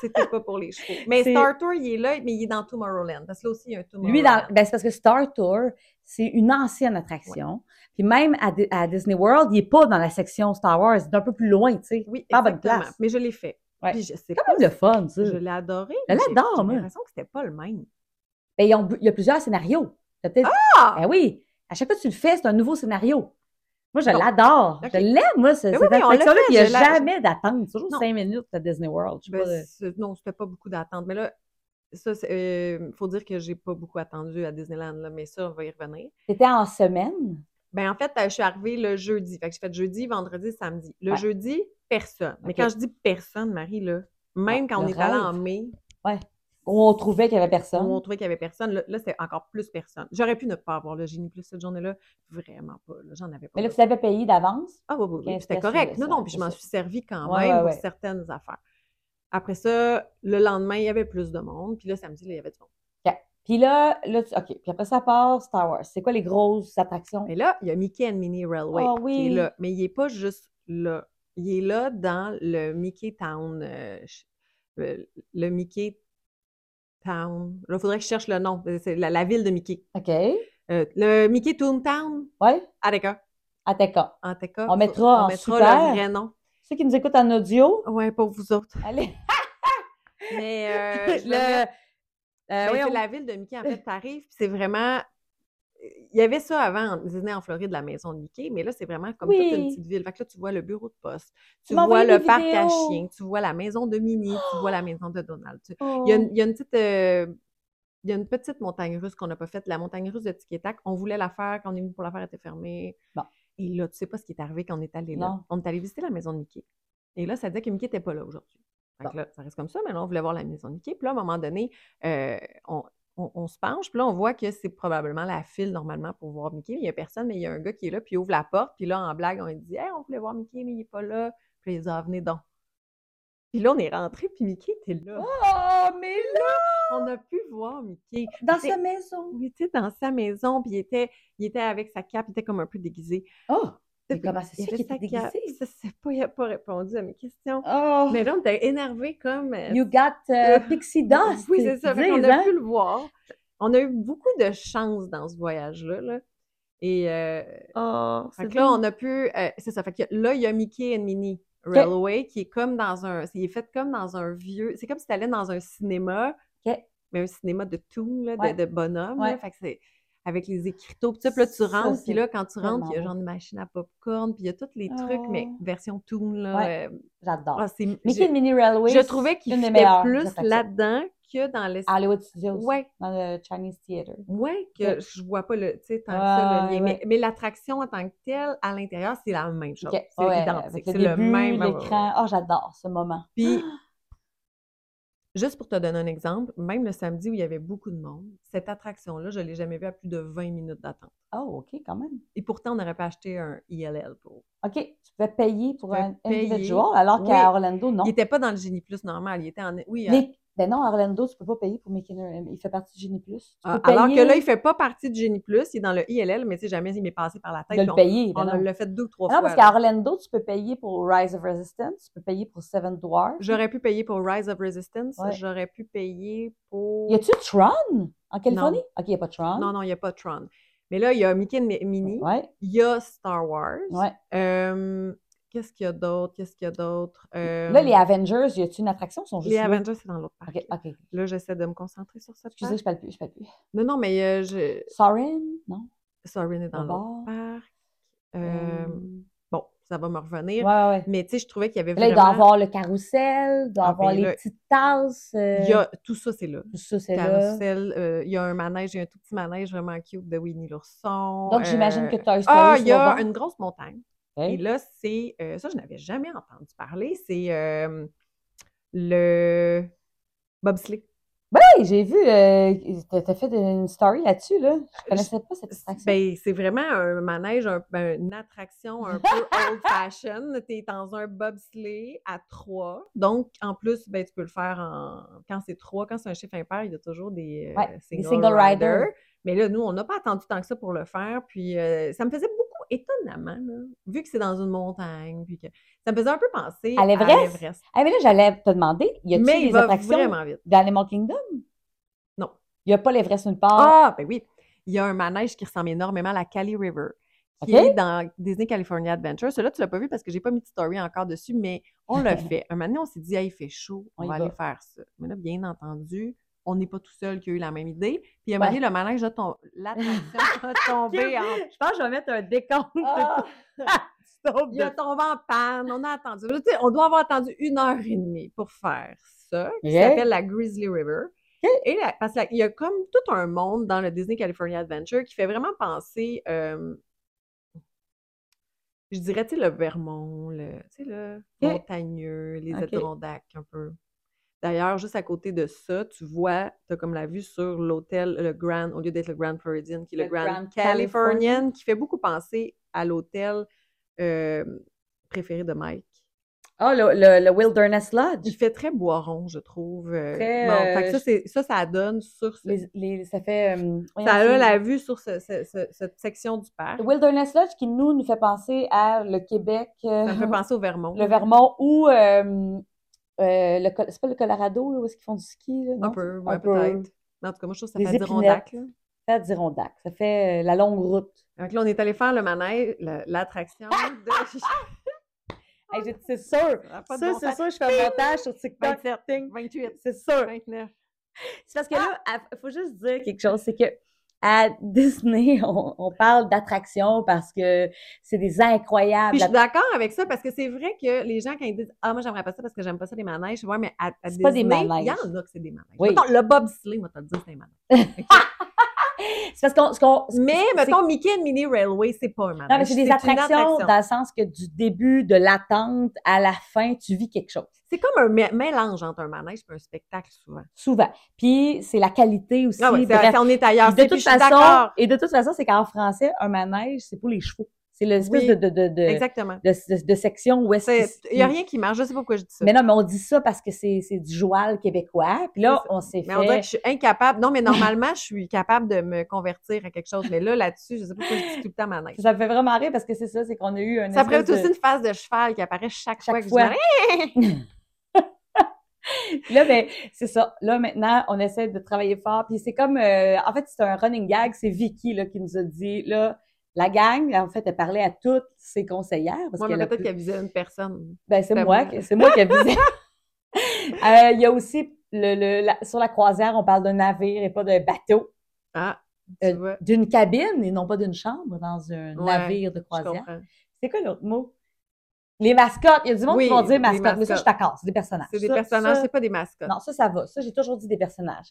S2: C'était pas pour les chevaux. Mais
S1: C'est-
S2: Star Tour, il est là, mais il est dans Tomorrowland. Parce que là aussi, il y a un Tomorrowland.
S1: Lui, dans- ben, c'est parce que Star Tour, c'est une ancienne attraction. Puis même à, Di- à Disney World, il n'est pas dans la section Star Wars. Il est un peu plus loin, tu sais.
S2: Oui,
S1: pas à bonne
S2: exactement.
S1: place.
S2: Mais je l'ai fait.
S1: Ah, ben, Ouais.
S2: Puis je sais
S1: C'est
S2: pas.
S1: quand même le fun, ça.
S2: Je l'ai adoré.
S1: Je
S2: mais j'ai-
S1: l'adore,
S2: J'ai
S1: moi.
S2: l'impression que c'était pas le même.
S1: Ben, ils ont bu- il y a plusieurs scénarios. T'as peut-être-
S2: Ah!
S1: Ben oui, à chaque fois que tu le fais, c'est un nouveau scénario. Moi, je
S2: Bon.
S1: l'adore.
S2: Ok.
S1: Je l'aime, moi, ce-
S2: Ben oui,
S1: cette
S2: mais on l'a
S1: attraction-là.
S2: fait,
S1: puis Il
S2: je
S1: n'y a
S2: l'a-
S1: jamais d'attente. C'est toujours
S2: Non.
S1: cinq minutes à Disney World. Je sais
S2: Ben,
S1: pas, euh,
S2: c'est- non, c'était pas beaucoup d'attente. Mais là, ça, c'est, euh, faut dire que j'ai pas beaucoup attendu à Disneyland, là, mais ça, on va y revenir.
S1: T'étais en semaine?
S2: Ben, en fait, euh, je suis arrivée le jeudi. Fait que j'ai fait jeudi, vendredi, samedi. Le
S1: Ouais.
S2: jeudi, personne. Mais
S1: Ok.
S2: quand je dis personne, Marie, là, même
S1: Ouais,
S2: quand on
S1: le
S2: est allé en
S1: rêve.
S2: mai,
S1: Où on trouvait qu'il n'y avait personne.
S2: On trouvait qu'il y avait personne. Là, là, c'est encore plus personne. J'aurais pu ne pas avoir le génie plus cette journée-là. Vraiment pas. là. J'en avais pas.
S1: Mais là,
S2: besoin.
S1: tu l'avais payé d'avance.
S2: ah, oui, oui, oui,
S1: 15
S2: C'était
S1: piastres,
S2: correct.
S1: c'est
S2: Non,
S1: ça,
S2: non, puis je
S1: c'est
S2: m'en
S1: ça.
S2: suis servi quand
S1: Ouais,
S2: même
S1: ouais,
S2: pour
S1: ouais.
S2: certaines affaires. Après ça, le lendemain, il y avait plus de monde. Puis là, samedi, là, il y avait du monde.
S1: Puis là, là tu- OK. Puis après ça part Star Wars. C'est quoi les grosses attractions?
S2: Mais là, il y a Mickey and Minnie Railway
S1: Ah
S2: qui est
S1: oui.
S2: là. Mais il n'est pas juste là. Il est là dans le Mickey Town. euh, ch- euh, le Mickey Town. Là, il faudrait que je cherche le nom. Euh, C'est la, la ville de Mickey.
S1: OK. Ouais.
S2: Euh, le Mickey Toontown. Ah, d'accord.
S1: À Tekka.
S2: En tout cas,
S1: On mettra en
S2: on mettra
S1: super.
S2: le vrai nom.
S1: Ceux qui nous écoutent en audio,
S2: Ouais, pour vous autres.
S1: allez.
S2: Mais
S1: <laughs>
S2: euh, je vais
S1: le.
S2: mettre- ben,
S1: euh,
S2: c'est
S1: voyons.
S2: la ville de Mickey, en fait, t'arrives, puis c'est vraiment... Il y avait ça avant, Disney en Floride, la maison de Mickey, mais là, c'est vraiment comme toute une
S1: Oui.
S2: petite ville. Fait que là, tu vois le bureau de poste, tu
S1: Tu m'as
S2: vois
S1: envoyé
S2: le
S1: des
S2: parc à
S1: vidéos.
S2: chiens, tu vois la maison de Minnie, tu vois la maison de Donald. Tu-
S1: Oh.
S2: Il y a une, il y a une petite... euh, Il y a une petite montagne russe qu'on n'a pas faite, la montagne russe de Tic et Tac. On voulait la faire, quand on est venu pour la faire, elle était fermée.
S1: Bon.
S2: Et là, tu sais pas ce qui est arrivé quand on est allé là.
S1: Non.
S2: On est allé visiter la maison de Mickey. Et là, ça disait que Mickey n'était pas là aujourd'hui. Fait Fait que là, ça reste comme ça, mais là, on voulait voir la maison Mickey. Puis là, à un moment donné, euh, on, on, on se penche, puis là, on voit que c'est probablement la file normalement pour voir Mickey, mais il n'y a personne, mais il y a un gars qui est là, puis il ouvre la porte, puis là, en blague, on lui dit Hey, on voulait voir Mickey, mais il n'est pas là. Puis là, il dit Ah, venez donc. Puis là, on est rentré, puis Mickey était là.
S1: Oh, mais là!
S2: On a pu voir Mickey.
S1: Dans
S2: C'est-
S1: sa maison.
S2: Il était dans sa maison, puis il était, il était avec sa cape, il était comme un peu déguisé.
S1: Oh! Mais
S2: Puis
S1: comment ça se
S2: il
S1: fait qu'il
S2: avait
S1: était
S2: sa cape.
S1: déguisé?
S2: Je sais pas, il n'a pas répondu à mes questions.
S1: Oh!
S2: Mais là, on était énervé comme. euh,
S1: You got euh, pixie dust.
S2: oui, c'est ça.
S1: ils
S2: Fait qu'on
S1: disent,
S2: a
S1: hein?
S2: pu le voir. On a eu beaucoup de chance dans ce voyage-là. là. Et euh,
S1: Oh,
S2: fait
S1: c'est
S2: que là,
S1: bien.
S2: on a pu. euh, c'est ça. Fait que là, il y a Mickey and Minnie Railway qui est comme dans un. Il est fait comme dans un vieux. C'est comme si tu allais dans un cinéma.
S1: Ok.
S2: Mais un cinéma de tout, là, de-
S1: Ouais.
S2: de, bonhomme. là.
S1: Ouais.
S2: Fait que c'est avec les écriteaux. Puis ça, puis là, tu
S1: Ça,
S2: rentres.
S1: c'est
S2: Puis là, quand tu rentres, il y a
S1: tellement
S2: genre une machine à popcorn. Puis il y a tous les trucs, mais
S1: Oh.
S2: version tout. Là,
S1: Ouais.
S2: euh,
S1: J'adore.
S2: ah, c'est-
S1: Mickey
S2: j'ai-
S1: and Minnie Railway.
S2: je trouvais qu'il
S1: une des
S2: était
S1: meilleures
S2: plus
S1: attractions.
S2: là-dedans que dans les
S1: À Hollywood Studios.
S2: Ouais,
S1: Dans le Chinese Theater.
S2: ouais, que je vois pas le, tu sais, tant que ça, le
S1: Ah, Ouais,
S2: lien.
S1: ouais.
S2: Mais, mais l'attraction en tant que telle, à l'intérieur, c'est la même chose.
S1: Ok,
S2: C'est
S1: ouais,
S2: identique.
S1: avec
S2: C'est
S1: le
S2: le
S1: début,
S2: même. ouais, ouais, ouais.
S1: l'écran. Oh, j'adore ce moment. <gasps>
S2: Puis, juste pour te donner un exemple, même le samedi où il y avait beaucoup de monde, cette attraction-là, je l'ai jamais vue à plus de 20 minutes d'attente.
S1: Oh, OK, quand même.
S2: Et pourtant, on n'aurait pas acheté un ILL pour.
S1: OK, tu pouvais payer pour
S2: Tu
S1: un
S2: pouvais payer.
S1: individual, alors
S2: Oui.
S1: qu'à Orlando, non.
S2: Il n'était pas dans le génie plus normal. Il était en. Oui, euh, à-
S1: Mais, ben non, à Orlando, tu peux pas payer pour Mickey and- Il fait partie du Genie Plus. Tu
S2: Ah,
S1: peux
S2: Alors
S1: payer
S2: que là, il fait pas partie du Génie Plus, il est dans le ILL, mais tu sais, jamais il m'est passé par la
S1: de
S2: tête. puis
S1: le
S2: on-
S1: payer.
S2: on
S1: ben non.
S2: l'a fait deux ou trois
S1: Ah non,
S2: fois.
S1: parce
S2: là.
S1: qu'à Orlando, tu peux payer pour Rise of Resistance, tu peux payer pour Seven Dwarfs.
S2: J'aurais pu payer pour Rise of Resistance,
S1: Ouais.
S2: j'aurais pu payer pour...
S1: Y a-tu Tron en Californie? OK, y a pas Tron.
S2: Non, non, il n'y a pas Tron. Mais là, il y a Mickey and Mi- Minnie, il
S1: Ouais,
S2: y a Star Wars.
S1: ouais.
S2: Euh, Qu'est-ce qu'il y a d'autre? Qu'est-ce qu'il y a d'autre? Euh,
S1: Là, les Avengers, y a-tu une attraction? Ils sont juste
S2: les
S1: là.
S2: Avengers, c'est dans l'autre parc.
S1: OK, OK.
S2: Là, j'essaie de me concentrer sur cette
S1: Excusez,
S2: parc.
S1: je parle plus, je parle plus.
S2: Non, non, mais euh, je...
S1: Sorin? Non?
S2: Sorry, on est dans
S1: Au
S2: l'autre
S1: bord.
S2: parc. Euh,
S1: Euh,
S2: Bon, ça va me revenir.
S1: Ouais, ouais.
S2: Mais tu sais, je trouvais qu'il y avait
S1: Là, il
S2: vraiment...
S1: doit avoir le carrousel, il doit
S2: Ah,
S1: avoir
S2: ben
S1: les
S2: là,
S1: petites tasses. euh,
S2: il y a... Tout ça, c'est là.
S1: Tout ça, c'est là.
S2: Carousel, euh, il y a un manège, il y a un tout petit manège vraiment cute de Winnie l'ourson.
S1: Donc, j'imagine
S2: euh,
S1: que Toy Story Hein?
S2: Ah,
S1: c'est
S2: il y a
S1: là-bas.
S2: une grosse montagne. Et
S1: OK.
S2: là, c'est. euh, ça, je n'avais jamais entendu parler. C'est euh, le. Bobsleigh.
S1: Hey, j'ai vu, euh, t'as- t'as fait une story là-dessus, là. Je connaissais pas cette attraction.
S2: Ben, Euh, c'est vraiment un manège, un- ben, une attraction <laughs> un peu old-fashioned. Tu es dans un bobsleigh à trois. Donc, en plus, ben, tu peux le faire en... quand c'est trois, quand c'est un chiffre impair, il y a toujours des, euh,
S1: Ouais,
S2: single,
S1: single
S2: riders.
S1: riders.
S2: Mais là, nous, on n'a pas attendu tant que ça pour le faire. Puis, euh, ça me faisait beaucoup, étonnamment, là, vu que c'est dans une montagne. Puis que... Ça me faisait un peu penser
S1: À l'Everest? Ah, mais là, j'allais te demander, y a-tu
S2: Mais il
S1: des
S2: va
S1: attractions
S2: vraiment vite.
S1: d'Animal Kingdom?
S2: Non.
S1: Y a pas l'Everest nulle part.
S2: Ah, ben oui. Il y a un manège qui ressemble énormément à la Cali River, qui
S1: Ok.
S2: est dans Disney California Adventure. Celui-là, tu l'as pas vu parce que j'ai pas mis de story encore dessus, mais on
S1: <laughs>
S2: l'a fait. Un moment donné, on s'est dit, hey, il fait chaud, on,
S1: On y
S2: va,
S1: va.
S2: aller faire ça. Mais là, bien entendu, on n'est pas tout seul qui a eu la même idée. Puis, un moment
S1: Ouais.
S2: donné, le manège a tombé. L'attraction
S1: <laughs>
S2: a tombé en. Ah!
S1: Je pense que je vais mettre un décompte. Ah!
S2: Il a tombé en panne. On a attendu. Tu sais, on doit avoir attendu une heure et demie pour faire ça, qui
S1: Yeah.
S2: s'appelle la Grizzly River. Et la- parce qu'il y a comme tout un monde dans le Disney California Adventure qui fait vraiment penser, euh, je dirais, tu sais, le Vermont, le, tu sais, le
S1: Ok.
S2: montagneux, les
S1: Ok.
S2: Adirondacks un peu. D'ailleurs, juste à côté de ça, tu vois, tu as comme la vue sur l'hôtel, le Grand, au lieu d'être le Grand Floridian, qui est le,
S1: Le
S2: Grand,
S1: Grand
S2: Californian,
S1: Californian.
S2: qui fait beaucoup penser à l'hôtel euh, préféré de Mike.
S1: Ah, le, le- le Wilderness
S2: Il
S1: Lodge.
S2: fait très boiron, je trouve. euh,
S1: Très,
S2: bon, fait que
S1: euh,
S2: ça, c'est- ça, ça donne sur ce
S1: Les- les- ça fait. euh, voyons,
S2: Ça a
S1: c'est-
S2: la vue sur ce- ce- ce- cette section du parc.
S1: Le Wilderness Lodge qui, nous, nous fait penser à le Québec, euh,
S2: Ça me fait penser au Vermont.
S1: le Vermont ou euh, euh, le Col- c'est pas le Colorado là, où est-ce qu'ils font du ski là, non?
S2: Un peu, ouais,
S1: un peu.
S2: peut-être. Mais En tout cas, moi, je trouve que ça
S1: Les
S2: fait Dirondac. Là.
S1: Ça Dirondac, ça fait euh, la longue route.
S2: Fait que là, on est allé faire le manège, la-
S1: <laughs>
S2: l'attraction de... <laughs>
S1: Hey, j'ai- c'est sûr.
S2: Ça a ah, pas
S1: Ça,
S2: de bon
S1: c'est
S2: sens.
S1: sûr, je fais un montage sur TikTok.
S2: 27,
S1: Ting.
S2: 28,
S1: C'est sûr. Ah!
S2: 29.
S1: C'est parce que là, il faut juste dire quelque chose, c'est que à <laughs> Disney, on, on parle d'attractions parce que c'est des incroyables.
S2: Puis je suis d'accord avec ça parce que c'est vrai que les gens, quand ils disent Ah, moi, j'aimerais pas ça parce que j'aime pas ça, les manèges, ouais, mais à, à
S1: C'est pas des
S2: Disney, Il y
S1: manèges.
S2: en a que c'est des manèges.
S1: Oui.
S2: Mettons, le bobsleigh, moi, te le dire, c'est un manège.
S1: C'est parce qu'on. ce qu'on- ce-
S2: Mais,
S1: c'est-
S2: mettons, Mickey and Minnie Railway, c'est pas un manège.
S1: Non, mais c'est des
S2: une
S1: attractions
S2: attraction.
S1: dans le sens que du début, de l'attente à la fin, tu vis quelque chose.
S2: C'est comme un mé- mélange entre un manège et un spectacle, souvent. Souvent.
S1: Souvent. Puis c'est la qualité aussi.
S2: Ah ouais, c'est-
S1: bref.
S2: c'est- on est ailleurs.
S1: Puis de
S2: C'est- puis
S1: toute
S2: je suis
S1: façon,
S2: d'accord.
S1: et de toute façon, c'est qu'en français, un manège, c'est pour les chevaux. C'est l'espèce
S2: Oui.
S1: de, de, de, de,
S2: Exactement.
S1: de- de- de section où est-ce
S2: C'est-
S1: qu'ils-
S2: Il n'y a rien qui marche. Je sais pas pourquoi je dis ça.
S1: Mais non, mais on dit ça parce que c'est c'est du joual québécois. Puis là,
S2: C'est
S1: on s'est
S2: Mais on dirait
S1: fait.
S2: que je suis incapable. Non, mais normalement, je suis capable de me convertir à quelque chose. Mais là, là-dessus, je sais pas pourquoi je dis tout le temps manège.
S1: Ça me fait vraiment rire parce que c'est ça, c'est qu'on a eu un.
S2: Ça pourrait
S1: espèce
S2: être aussi
S1: de-
S2: une phase de cheval qui apparaît chaque, fois
S1: Chaque
S2: que
S1: fois.
S2: je dis
S1: Là, ben, c'est ça. Là, maintenant, on essaie de travailler fort. Puis c'est comme, euh, en fait, c'est un running gag. C'est Vicky là, qui nous a dit, là, la gang, en fait, elle parlait à toutes ses conseillères. Parce
S2: Moi,
S1: qu'elle a
S2: peut-être
S1: pu-
S2: qu'elle visait une personne.
S1: Ben, c'est
S2: C'était
S1: moi,
S2: moi.
S1: qui- c'est moi qui
S2: <laughs>
S1: avisais. Euh, Il y a aussi, le, le- la- sur la croisière, on parle d'un navire et pas d'un bateau.
S2: Ah, tu
S1: Euh,
S2: vois,
S1: D'une cabine et non pas d'une chambre dans un
S2: Ouais,
S1: navire de
S2: je
S1: croisière.
S2: comprends.
S1: C'est quoi l'autre mot? Les mascottes. Il y a du monde
S2: Oui,
S1: qui vont dire
S2: les
S1: mascottes, mais ça, je
S2: mascottes.
S1: suis d'accord, c'est des personnages.
S2: C'est des
S1: Ça-
S2: personnages,
S1: ça-
S2: c'est pas des mascottes.
S1: Non, ça, ça va. Ça, j'ai toujours dit des personnages.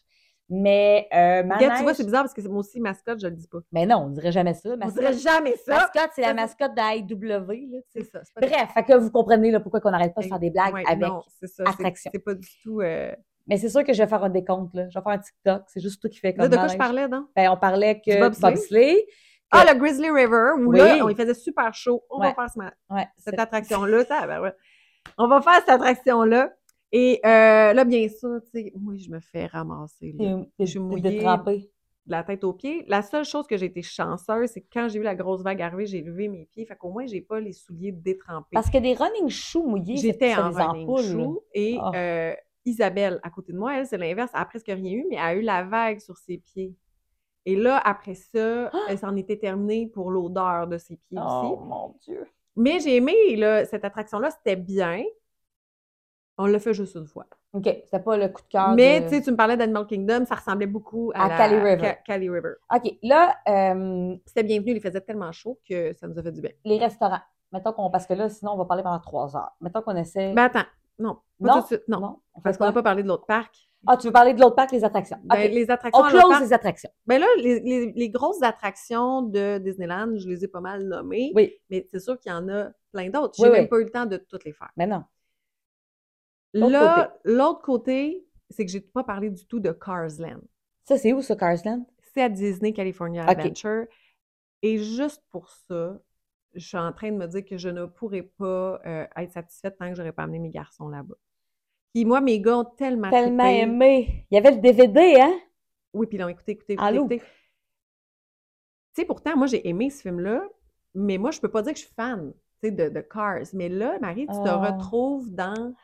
S1: Mais euh,
S2: Regarde,
S1: manège-
S2: tu vois, c'est bizarre parce que c'est- moi aussi, mascotte, je le dis pas.
S1: Mais non, on dirait jamais ça.
S2: On
S1: Mascotte,
S2: dirait jamais ça.
S1: mascotte c'est
S2: Ça,
S1: la
S2: c'est-
S1: mascotte de AEW. là, tu
S2: C'est
S1: sais.
S2: ça. c'est pas-
S1: Bref, fait que vous comprenez là, pourquoi on n'arrête pas de faire des blagues
S2: Ouais,
S1: avec.
S2: non, c'est ça, c'est-
S1: attraction.
S2: C'est pas du tout. euh,
S1: Mais c'est sûr que je vais faire un décompte. Là. Je vais faire un TikTok. C'est juste toi qui fais comme
S2: Là, de quoi je
S1: manège.
S2: parlais, non?
S1: Ben, on parlait que
S2: Du bobsleigh?
S1: bobsleigh.
S2: Ah, le Grizzly River, où
S1: Oui.
S2: là, on- il faisait super chaud. On
S1: Ouais.
S2: va faire ce ma-
S1: Ouais,
S2: cette
S1: c'est-
S2: attraction-là. ça, ben ouais. On va faire cette attraction-là. Et euh, là, bien sûr, tu sais, moi, je me fais ramasser là,
S1: t'es- t'es-
S2: Je suis
S1: t'es
S2: mouillée.
S1: détrempée.
S2: de la tête aux pieds. La seule chose que j'ai été chanceuse, c'est que quand j'ai eu la grosse vague arriver, j'ai levé mes pieds. Fait qu'au moins, j'ai pas les souliers détrempés.
S1: Parce que des running shoes mouillés, c'est-
S2: J'étais
S1: ça
S2: en
S1: les
S2: running
S1: ampoule, là.
S2: shoe et
S1: Ah.
S2: euh, Isabelle, à côté de moi, elle, c'est l'inverse. Elle a presque rien eu, mais elle a eu la vague sur ses pieds. Et là, après ça, elle s'en était terminée pour l'odeur de ses pieds
S1: Ah! Oh
S2: aussi.
S1: mon Dieu.
S2: Mais j'ai aimé là, cette attraction-là, c'était bien. On l'a fait juste une fois.
S1: OK, c'était pas le coup de cœur.
S2: mais
S1: de-
S2: tu sais, tu me parlais d'Animal Kingdom, ça ressemblait beaucoup à,
S1: À
S2: la-
S1: Cali River.
S2: Ca- Cali River.
S1: OK, là, euh,
S2: C'était bienvenu, il faisait tellement chaud que ça nous a fait du bien.
S1: les restaurants. Mettons qu'on. Parce que là, sinon, on va parler pendant trois heures. Mettons qu'on essaie.
S2: Mais Ben, attends, non, pas
S1: Non,
S2: tout de suite, non.
S1: on fait
S2: Parce qu'on n'a
S1: quoi?
S2: pas parlé de l'autre parc.
S1: Ah, tu veux parler de l'autre parc, les attractions. OK.
S2: Ben, les attractions
S1: on
S2: à l'autre
S1: close
S2: parc,
S1: les attractions.
S2: Ben là, les, les- les grosses attractions de Disneyland, je les ai pas mal nommées,
S1: Oui,
S2: mais c'est sûr qu'il y en a plein d'autres. J'ai
S1: Oui,
S2: même
S1: oui.
S2: pas eu le temps de toutes les faire.
S1: mais non. L'autre
S2: Là, l'autre côté, c'est que j'ai pas parlé du tout de Cars Land.
S1: Ça, c'est où, ça, Carsland?
S2: C'est à Disney California
S1: Ok.
S2: Adventure. Et juste pour ça, je suis en train de me dire que je ne pourrais pas euh, être satisfaite tant que j'aurais pas amené mes garçons là-bas. Puis moi, mes gars ont tellement
S1: Tellement
S2: trippé.
S1: aimé. Il y avait le DVD, hein?
S2: Oui, puis ils l'ont écouté, écouté,
S1: En
S2: écouté,
S1: loop.
S2: écouté. Tu sais, pourtant, moi, j'ai aimé ce film-là, mais moi, je peux pas dire que je suis fan, tu sais, de, de Cars. Mais là, Marie, tu te
S1: Ah.
S2: retrouves dans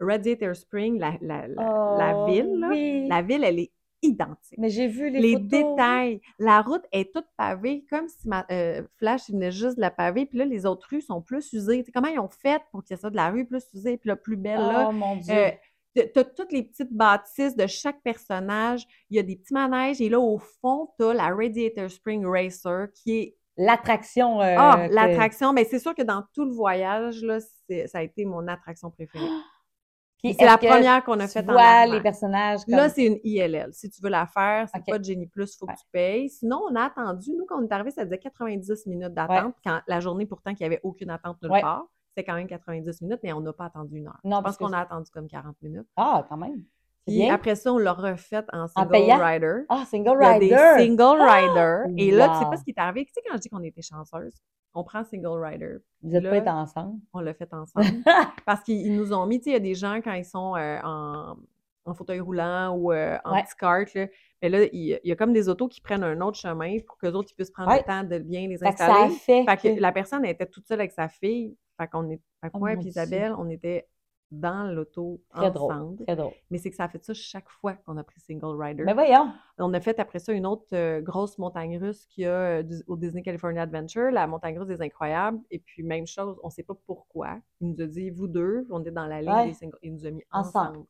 S2: Radiator Spring, la, la, la, la
S1: Oh,
S2: ville, là.
S1: oui.
S2: La ville, elle est identique.
S1: Mais j'ai vu les,
S2: Les
S1: photos.
S2: détails, la route est toute pavée, comme si ma, euh, Flash il venait juste de la pavée, puis là, les autres rues sont plus usées. Tu sais, comment ils ont fait pour qu'il y ait ça de la rue plus usée, puis la plus belle, là?
S1: Oh mon Dieu.
S2: Euh, t'as- t'as toutes les petites bâtisses de chaque personnage. Il y a des petits manèges. Et là, au fond, t'as la Radiator Spring Racer qui est
S1: L'attraction. euh,
S2: ah,
S1: que-
S2: l'attraction. Mais c'est sûr que dans tout le voyage, là, c'est- ça a été mon attraction préférée.
S1: <gasps> Puis
S2: C'est la
S1: est-ce que
S2: première qu'on a
S1: Tu
S2: faite en
S1: vois
S2: arrivant.
S1: les personnages. Comme...
S2: Là, c'est une ILL. Si tu veux la faire, c'est
S1: Ok.
S2: pas de Genie Plus, faut
S1: Ouais.
S2: que tu payes. Sinon, on a attendu. Nous, quand on est arrivé, ça faisait 90 minutes d'attente. Quand la journée, pourtant, qu'il n'y avait aucune attente nulle
S1: Ouais.
S2: part. C'était quand même 90 minutes, mais on n'a pas attendu une heure.
S1: Non,
S2: Je
S1: parce
S2: pense
S1: que
S2: qu'on a attendu comme 40 minutes.
S1: Ah, quand même. C'est
S2: Puis
S1: bien.
S2: après ça, on l'a refait en single
S1: payant?
S2: rider.
S1: Ah, single
S2: Il y a des
S1: rider. Ah!
S2: single rider. Et là, tu sais
S1: Wow.
S2: pas ce qui est arrivé. Tu sais, quand je dis qu'on était chanceuse, on prend single rider.
S1: Vous n'êtes pas
S2: là.
S1: été ensemble.
S2: On l'a fait
S1: <laughs>
S2: ensemble. Parce qu'ils ils nous ont mis, tu sais, il y a des gens quand ils sont euh, en, en fauteuil roulant ou euh, en
S1: Ouais.
S2: petit cart, là, mais là, il y a- il y, a comme des autos qui prennent un autre chemin pour que autres ils puissent prendre
S1: Ouais.
S2: le temps de bien les
S1: Fait que ça a
S2: installer.
S1: fait.
S2: Fait que
S1: que-
S2: la personne elle était toute seule avec sa fille. Fait qu'on est. Fait que
S1: Oh
S2: moi et
S1: mon
S2: puis
S1: Dieu.
S2: Isabelle, on était dans l'auto
S1: Très
S2: ensemble.
S1: drôle. Très drôle.
S2: Mais c'est que ça a fait ça chaque fois qu'on a pris Single Rider.
S1: Mais voyons.
S2: On a fait après ça une autre euh, grosse montagne russe qu'il y a euh, du- au Disney California Adventure, la montagne russe des Incroyables. Et puis, même chose, on ne sait pas pourquoi. Il nous a dit, vous deux, on est dans la ligne
S1: Ouais.
S2: des Single. Il nous a mis
S1: Ensemble.
S2: ensemble.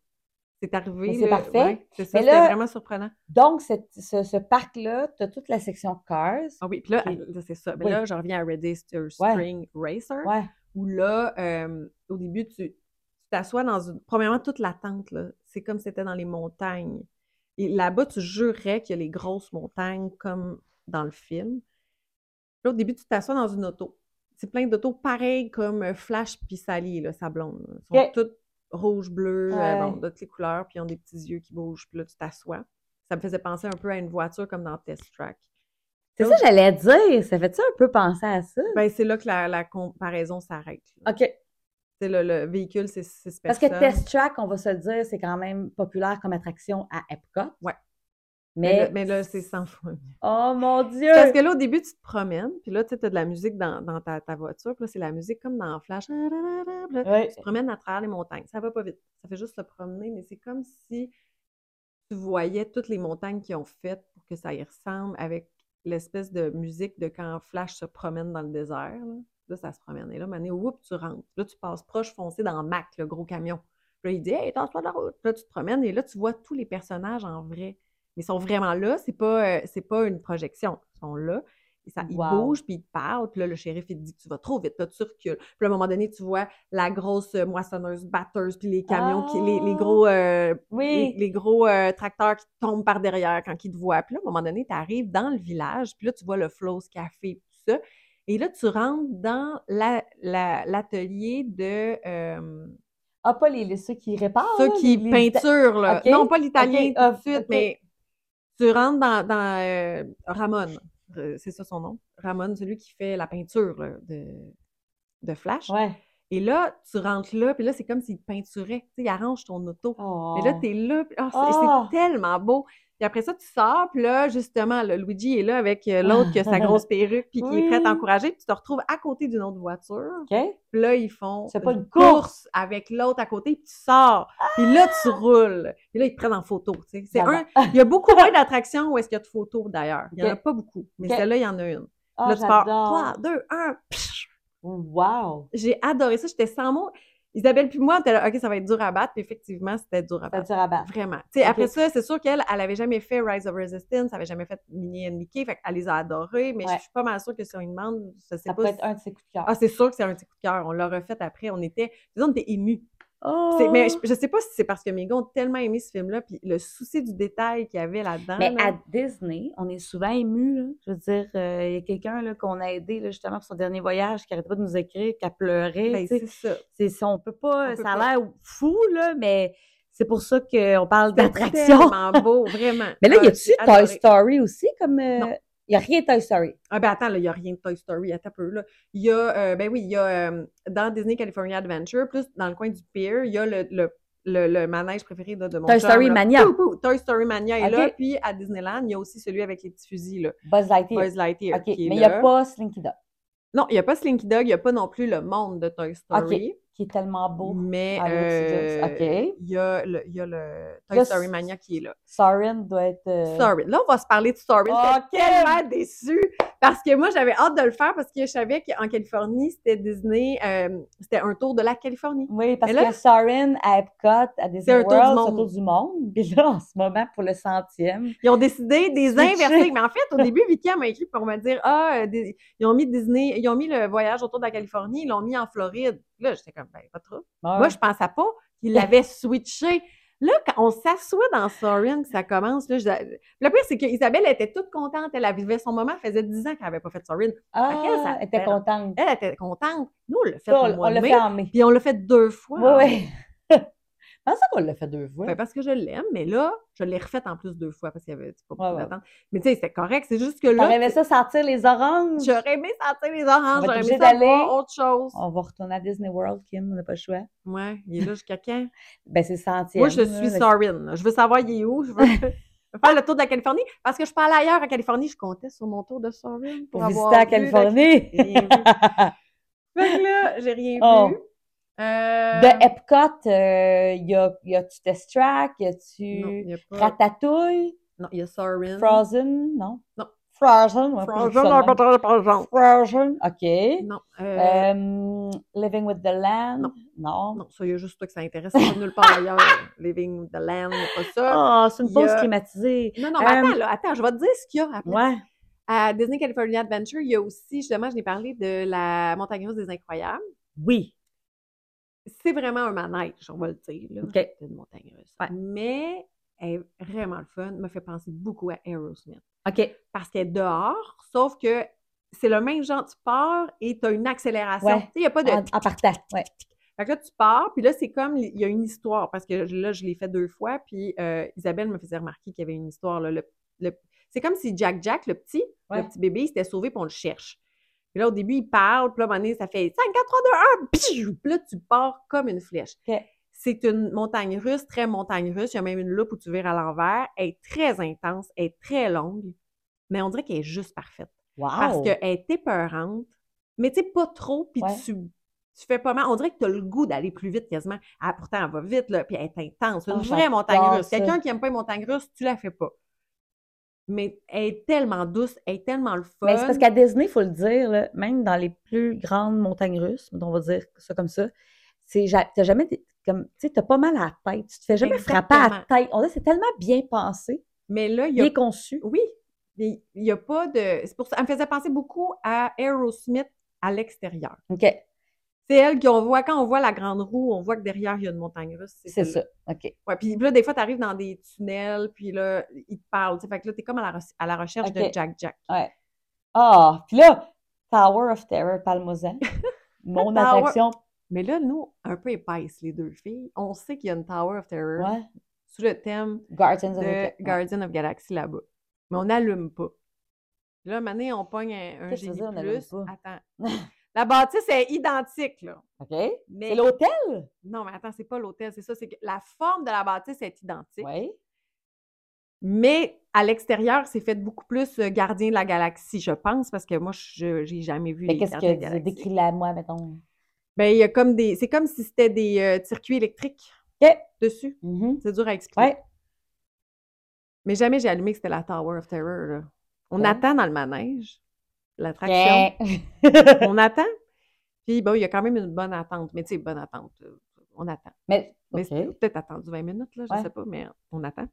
S2: C'est arrivé.
S1: Mais c'est
S2: là,
S1: parfait.
S2: ouais, c'est ça,
S1: Mais
S2: c'était
S1: là-
S2: vraiment surprenant.
S1: Donc, cette- ce, ce parc-là, tu as toute la section Cars.
S2: Ah oui, puis là,
S1: Ok.
S2: là, c'est ça. Mais
S1: Oui.
S2: là, je reviens à Ready Stir-
S1: Ouais.
S2: Spring Racer,
S1: Ouais.
S2: où là, euh, au début, tu tu t'assois dans une. Premièrement, toute la tente, là, c'est comme si c'était dans les montagnes. Et là-bas, tu jurais qu'il y a les grosses montagnes comme dans le film. Là, au début, tu t'assois dans une auto. C'est plein d'autos pareilles comme euh, Flash puis Sally, là, sa blonde. là. Ils sont
S1: Ok.
S2: toutes rouges, bleues, euh,
S1: Ouais.
S2: bon, de toutes les couleurs, puis ils ont des petits yeux qui bougent, puis là, tu t'assois. Ça me faisait penser un peu à une voiture comme dans Test Track.
S1: C'est ça que j'allais dire. Ça fait-tu un peu penser à ça?
S2: Ben, c'est là que la, la comparaison s'arrête. là.
S1: OK.
S2: C'est le, le véhicule, c'est six
S1: Parce
S2: personnes.
S1: que Test Track, on va se le dire, c'est quand même populaire comme attraction à Epcot.
S2: Ouais. Mais,
S1: Mais,
S2: là- mais là, c'est 100 fois mieux.
S1: oh mon Dieu!
S2: Parce que là, au début, tu te promènes, puis là, tu as de la musique dans, dans ta, ta voiture, puis là, c'est la musique comme dans Flash. Puis là,
S1: Ouais.
S2: Tu te promènes à travers les montagnes. Ça va pas vite. Ça fait juste se promener, mais c'est comme si tu voyais toutes les montagnes qu'ils ont faites pour que ça y ressemble avec l'espèce de musique de quand Flash se promène dans le désert. Là, Là, ça se promène. Et là, mané, whoop, tu rentres. Là, tu passes proche foncé dans Mac, le gros camion. Puis là, il dit Hey, tasse-toi de la route. Puis Là, tu te promènes et là, tu vois tous les personnages en vrai. Mais ils sont vraiment là. C'est pas, euh, c'est pas une projection. Ils sont là. Et ça, ils
S1: Wow.
S2: bougent, puis ils te parlent. Puis là, le shérif, il te dit Tu vas trop vite. Là, tu recules. Puis là, à un moment donné, tu vois la grosse euh, moissonneuse, batteuse, puis les camions, qui, les, les gros euh, les,
S1: Oui.
S2: les gros euh, tracteurs qui tombent par derrière quand ils te voient. Puis là, à un moment donné, tu arrives dans le village, puis là, tu vois le Flo's Café, tout ça. Et là, tu rentres dans la- la- l'atelier de euh,
S1: Ah, pas les, les- ceux qui réparent.
S2: ceux
S1: là,
S2: qui
S1: les- les-
S2: peinturent, là.
S1: ok,
S2: Non, pas l'italien
S1: ok,
S2: tout de
S1: of-
S2: suite,
S1: ok.
S2: mais tu rentres dans, dans, euh, Ramon. Euh, C'est ça son nom. Ramon, celui qui fait la peinture là, de, de Flash.
S1: Ouais.
S2: Et là, tu rentres là, puis là, c'est comme s'il te peinturait. Tu sais, il arrange ton auto.
S1: Oh.
S2: Mais là, t'es là, puis ah, c'est
S1: Ah!
S2: c'est tellement beau. Puis après ça, tu sors, puis là, justement, là, Luigi est là avec euh, l'autre qui
S1: <laughs>
S2: a sa grosse perruque, puis qui est prêt à
S1: Oui.
S2: t'encourager, puis tu te retrouves à côté d'une autre voiture.
S1: OK.
S2: Puis là, ils font
S1: C'est pas une
S2: avec l'autre à côté, puis tu sors. Puis là,
S1: Ah!
S2: tu roules. Puis là, ils te prennent en photo, tu sais. C'est
S1: Là-bas.
S2: un... Il y a beaucoup
S1: <laughs>
S2: moins d'attractions où est-ce qu'il y a de photos, d'ailleurs. Il y en a
S1: Ok.
S2: pas beaucoup, mais
S1: Ok.
S2: celle-là, il y en a une.
S1: Ah,
S2: là, tu pars,
S1: j'adore.
S2: 3, 2, 1, psh,
S1: Wow.
S2: j'ai adoré ça, j'étais sans mots. Isabelle puis moi, on était là, OK, ça va être dur à battre, puis effectivement, c'était dur à
S1: Ça
S2: battre.
S1: tire à battre.
S2: Vraiment. Tu sais,
S1: Ok.
S2: Après ça, c'est sûr qu'elle, elle avait jamais fait Rise of Resistance, elle avait jamais fait Minnie and Mickey, fait qu'elle les a adorées, mais
S1: Ouais.
S2: je suis pas mal sûre que si on lui demande, je sais
S1: Ça
S2: pas
S1: peut
S2: si-
S1: être un de ses coups de cœur.
S2: Ah, c'est sûr que c'est un petit coup de cœur. On l'a refait après, on était, disons, on était émus.
S1: Oh.
S2: C'est- Mais je, je sais pas si c'est parce que mes gars ont tellement aimé ce film-là, puis le souci du détail qu'il y avait là-dedans.
S1: Mais
S2: là.
S1: à Disney, on est souvent ému. là. Je veux dire, euh, il y a quelqu'un là, qu'on a aidé là, justement pour son dernier voyage qui arrêtait pas de nous écrire, qui a pleuré.
S2: Ben,
S1: tu sais.
S2: c'est ça.
S1: C'est, c'est- on peut pas,
S2: On peut
S1: ça
S2: pas.
S1: a l'air fou, là, mais c'est pour ça qu'on parle
S2: C'était
S1: d'attraction.
S2: tellement beau, vraiment.
S1: <laughs> Mais là,
S2: Ah,
S1: y a-tu
S2: j'ai adoré.
S1: Toy Story aussi comme.
S2: Non.
S1: Il y a rien de Toy Story.
S2: Ah ben attends, là, il n'y a rien de Toy Story, attends un peu, là. Il y a, euh, ben oui, il y a, euh, dans Disney California Adventure, plus dans le coin du pier, il y a le, le, le, le manège préféré de, de mon
S1: Toy
S2: chum,
S1: Story
S2: là.
S1: Mania.
S2: Pou, pou, Toy Story Mania est
S1: Ok.
S2: là, puis à Disneyland, il y a aussi celui avec les petits fusils, là,
S1: Buzz Lightyear.
S2: Buzz Lightyear,
S1: OK,
S2: qui est
S1: mais il n'y a
S2: là.
S1: pas Slinky Dog,
S2: Non, il n'y a pas Slinky Dog, il n'y a pas non plus le monde de Toy Story,
S1: qui est tellement beau.
S2: mais
S1: Ah, l'autre,
S2: euh,
S1: c'est juste- ok.
S2: il y a le, il y a le Toy
S1: Là,
S2: Story
S1: c'est-
S2: Mania qui est là.
S1: Sorin doit être. euh,
S2: Sorry. Là, on va se parler de Sorry. J'étais
S1: Ok.
S2: tellement déçue parce que moi, j'avais hâte de le faire parce que je savais qu'en Californie, c'était Disney, euh, c'était un tour de la Californie.
S1: Oui, parce
S2: Mais là-
S1: que Sorin à Epcot, à Disney
S2: un tour du
S1: World, c'est un
S2: monde.
S1: tour du monde. Puis là, en ce moment, pour le centième,
S2: Ils ont décidé des
S1: Switcher.
S2: inversés. Mais en fait, au début, Vicky elle m'a écrit pour me dire Ah, euh, des- ils ont mis Disney, ils ont mis le voyage autour de la Californie, ils l'ont mis en Floride. Là, j'étais comme, ben, pas trop. Moi, je pensais pas qu'il l'avait switché. Là, quand on s'assoit dans Sorin, que ça commence, là, je... le pire, c'est qu'Isabelle était toute contente. Elle vivait son moment. Elle faisait 10 ans qu'elle n'avait pas fait Sorin.
S1: ah,
S2: laquelle ça
S1: elle était
S2: fait-
S1: contente.
S2: ben Elle était contente. Nous, on l'a fait
S1: Ça,
S2: au
S1: on
S2: mois
S1: on
S2: de
S1: l'a
S2: mai.
S1: fait en mai.
S2: Puis on l'a fait deux fois.
S1: Oui, <laughs> oui. Comment ça qu'on l'a fait deux fois?
S2: Ben, parce que je l'aime, mais là, je l'ai refaite en plus deux fois parce qu'il y avait pas beaucoup
S1: Ouais, ouais.
S2: d'attente. Mais tu sais, c'était correct. C'est juste que là,
S1: T'aurais aimé ça sentir les oranges?
S2: j'aurais aimé sentir les
S1: On
S2: oranges,
S1: va être
S2: j'aurais
S1: obligé
S2: aimé ça
S1: d'aller.
S2: voir autre chose.
S1: On va retourner à Disney World, Kim, on n'a pas le choix.
S2: Ouais, il est là jusqu'à quand?
S1: Ben, c'est le centième.
S2: Moi, je
S1: là,
S2: suis
S1: le-
S2: Sorin. là. Je veux savoir, il
S1: <laughs>
S2: est où? Je veux je veux faire le tour de la Californie parce que je suis pas allée ailleurs en Californie. Je comptais sur mon tour de Sorin pour
S1: Pour
S2: avoir
S1: visiter la
S2: vu
S1: Californie.
S2: J'ai rien vu.
S1: <laughs>
S2: Fait que là, j'ai rien
S1: Oh.
S2: vu. <laughs>
S1: <laughs>
S2: Euh,
S1: De Epcot, euh, y a- y a-tu Test Track? Y
S2: non,
S1: a-tu
S2: il y a pas-
S1: Ratatouille?
S2: non, il y a Sorin.
S1: Frozen? Non?
S2: Non.
S1: Frozen? ouais, pourquoi je dis ça de même? Frozen, OK.
S2: Non,
S1: Euh, Living with the Land?
S2: non.
S1: Non.
S2: non, ça, il y a juste toi que ça intéresse. C'est nulle
S1: <laughs>
S2: part ailleurs. Living the Land, pas ça.
S1: Ah, c'est une
S2: Il y a-
S1: pause climatisée.
S2: Non, non, mais attends, là, attends, je vais te dire ce qu'il y a après.
S1: Um, Ouais.
S2: À Disney California Adventure, il y a aussi, justement, je n'ai parlé de la montagne russe des incroyables.
S1: Oui.
S2: C'est vraiment un manège, on va le dire, là.
S1: OK.
S2: C'est une montagne russe.
S1: Ouais.
S2: Mais Elle est vraiment le fun. Me fait penser beaucoup à Aerosmith.
S1: OK.
S2: Parce qu'elle est dehors, sauf que c'est le même genre. Tu pars et tu as une accélération.
S1: Ouais.
S2: Tu sais, Il n'y a pas de.
S1: En, en partant. Ouais.
S2: Fait que là, tu pars, puis là, c'est comme, il y a une histoire, parce que là, je l'ai fait deux fois, puis euh, Isabelle me faisait remarquer qu'il y avait une histoire. là, le- le- c'est comme si Jack Jack, le petit,
S1: Ouais.
S2: le petit bébé, il s'était sauvé, puis on le cherche. Puis là, au début, il parle, puis là, à un moment donné, ça fait 5, 4, 3, 2, 1, piou! puis là, tu pars comme une flèche.
S1: Ok.
S2: C'est une montagne russe, très montagne russe. Il y a même une loupe où tu vires à l'envers. Elle est très intense, elle est très longue, mais on dirait qu'elle est juste parfaite
S1: Wow.
S2: parce qu'elle est épeurante, mais tu sais, pas trop, puis
S1: Ouais.
S2: tu, tu fais pas mal. On dirait que tu as le goût d'aller plus vite quasiment. Ah, pourtant, elle va vite, là, puis elle est intense. Une
S1: Ah,
S2: vraie
S1: j'adore
S2: montagne russe.
S1: ça.
S2: Quelqu'un qui aime pas les montagnes russes, tu la fais pas. Mais elle est tellement douce, elle est tellement le fun.
S1: Mais c'est parce qu'à Disney, il faut le dire, là, même dans les plus grandes montagnes russes, on va dire ça comme ça, c'est ja- t'as jamais des- comme tu sais, t'as pas mal à la tête, tu te fais jamais frapper à la tête. On dirait que c'est tellement bien pensé,
S2: Mais là, il y a...
S1: bien conçu.
S2: Oui, mais il n'y a pas de... C'est pour ça, elle me faisait penser beaucoup à Aerosmith à l'extérieur.
S1: OK,
S2: C'est elle qu'on voit, quand on voit la grande roue, on voit que derrière, il y a une montagne russe.
S1: c'est
S2: celle-là.
S1: ça. OK.
S2: Ouais, puis là, des fois, tu arrives dans des tunnels, puis là, ils te parlent. tu sais, Fait que là, t'es comme à la, re- à la recherche
S1: Ok.
S2: de Jack Jack.
S1: Ah, puis là, Tower of Terror
S2: <laughs>
S1: Palmosan, mon
S2: Tower-
S1: attraction.
S2: Mais là, nous, un peu épaisse, les deux filles, on sait qu'il y a une Tower of Terror
S1: Ouais,
S2: sous le thème
S1: Guardians of
S2: de
S1: the
S2: Guardian of Galaxy là-bas. Mais on n'allume pas. Là, Mané, on pogne un, un
S1: Qu'est-ce que
S2: génie
S1: ça veut dire, on
S2: plus.
S1: n'allume <laughs>
S2: Attends. la bâtisse est identique, là.
S1: Ouais. OK.
S2: Mais
S1: C'est l'hôtel?
S2: non, mais attends, c'est pas l'hôtel, c'est ça. C'est que la forme de la bâtisse est identique.
S1: Oui.
S2: Mais à l'extérieur, c'est fait beaucoup plus euh, gardien de la galaxie, je pense, parce que moi, je j'ai jamais vu
S1: Mais
S2: les
S1: qu'est-ce
S2: gardiens de
S1: que
S2: la
S1: tu
S2: galaxie.
S1: décris-la à moi, mettons?
S2: Ben, il y a comme des... C'est comme si c'était des euh, circuits électriques
S1: Ok.
S2: dessus.
S1: Mhm.
S2: C'est dur à expliquer.
S1: Ouais.
S2: Mais jamais j'ai allumé que c'était la Tower of Terror, là. On
S1: Ouais.
S2: attend dans le manège, l'attraction.
S1: Yeah.
S2: On attend. Puis, bon, il y a quand même une bonne attente. Mais tu sais, bonne attente, euh, on attend.
S1: <laughs> Mais,
S2: Mais
S1: OK.
S2: c'était peut-être attendu 20 minutes, là, je
S1: Ouais.
S2: sais pas, mais on attend.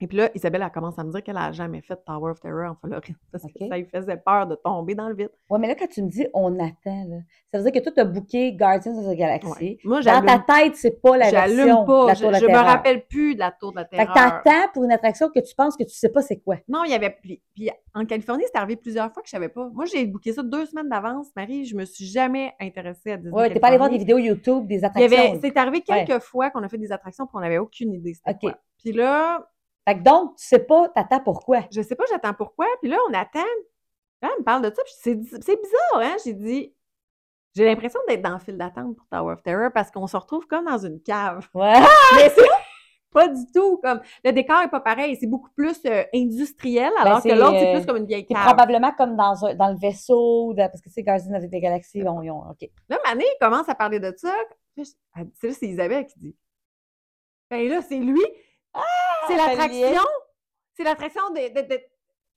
S2: Et puis là, Isabelle, elle commence à me dire qu'elle a jamais fait Tower of Terror en Floride <laughs> parce que
S1: Ok.
S2: ça lui faisait peur de tomber dans le vide.
S1: Ouais, mais là, quand tu me dis on attend, là, ça veut dire que toi, t'as booké Guardians of the
S2: Ouais.
S1: Galaxy.
S2: Moi,
S1: Dans ta
S2: j'allume,
S1: tête, c'est pas la version
S2: j'allume
S1: de
S2: pas.
S1: la
S2: Je,
S1: Tour de
S2: je me
S1: Terreur.
S2: rappelle plus de la Tour de la
S1: Fait que
S2: Terreur.
S1: t'attends pour une attraction que tu penses que tu sais pas c'est quoi.
S2: Non, il y avait. Puis, puis en Californie, c'est arrivé plusieurs fois que je savais pas. Moi, j'ai booké ça deux semaines d'avance, Marie. Je me suis jamais intéressée à Disney.
S1: Ouais, t'es pas allé voir des
S2: Californie.
S1: vidéos YouTube des
S2: Il y
S1: attractions.
S2: avait, c'est arrivé
S1: Ouais.
S2: quelques fois qu'on a fait des attractions puis on n'avait aucune idée. c'était
S1: Ok.
S2: quoi. Puis là,
S1: Fait que donc, tu sais pas, t'attends pourquoi.
S2: je sais pas, j'attends pourquoi. Puis là, on attend. Là, elle me parle de ça. puis c'est, c'est bizarre, hein? J'ai dit. J'ai l'impression d'être dans le fil d'attente pour Tower of Terror parce qu'on se retrouve comme dans une cave. <laughs>
S1: Ouais.
S2: Mais c'est pas du tout comme. Le décor est pas pareil. C'est beaucoup plus euh, industriel, alors que
S1: c'est,
S2: l'autre, c'est
S1: euh,
S2: plus comme une vieille
S1: C'est
S2: cave.
S1: probablement comme dans, un- dans le vaisseau, de- parce que c'est Guardians of the Galaxy, bon, ils ont, OK.
S2: Là, Mané commence à parler de ça. Puis je- elle dit- C'est là, c'est Isabelle qui dit. Ben là, c'est lui. Ah! c'est
S1: ça y est.
S2: l'attraction. C'est l'attraction de. de, de...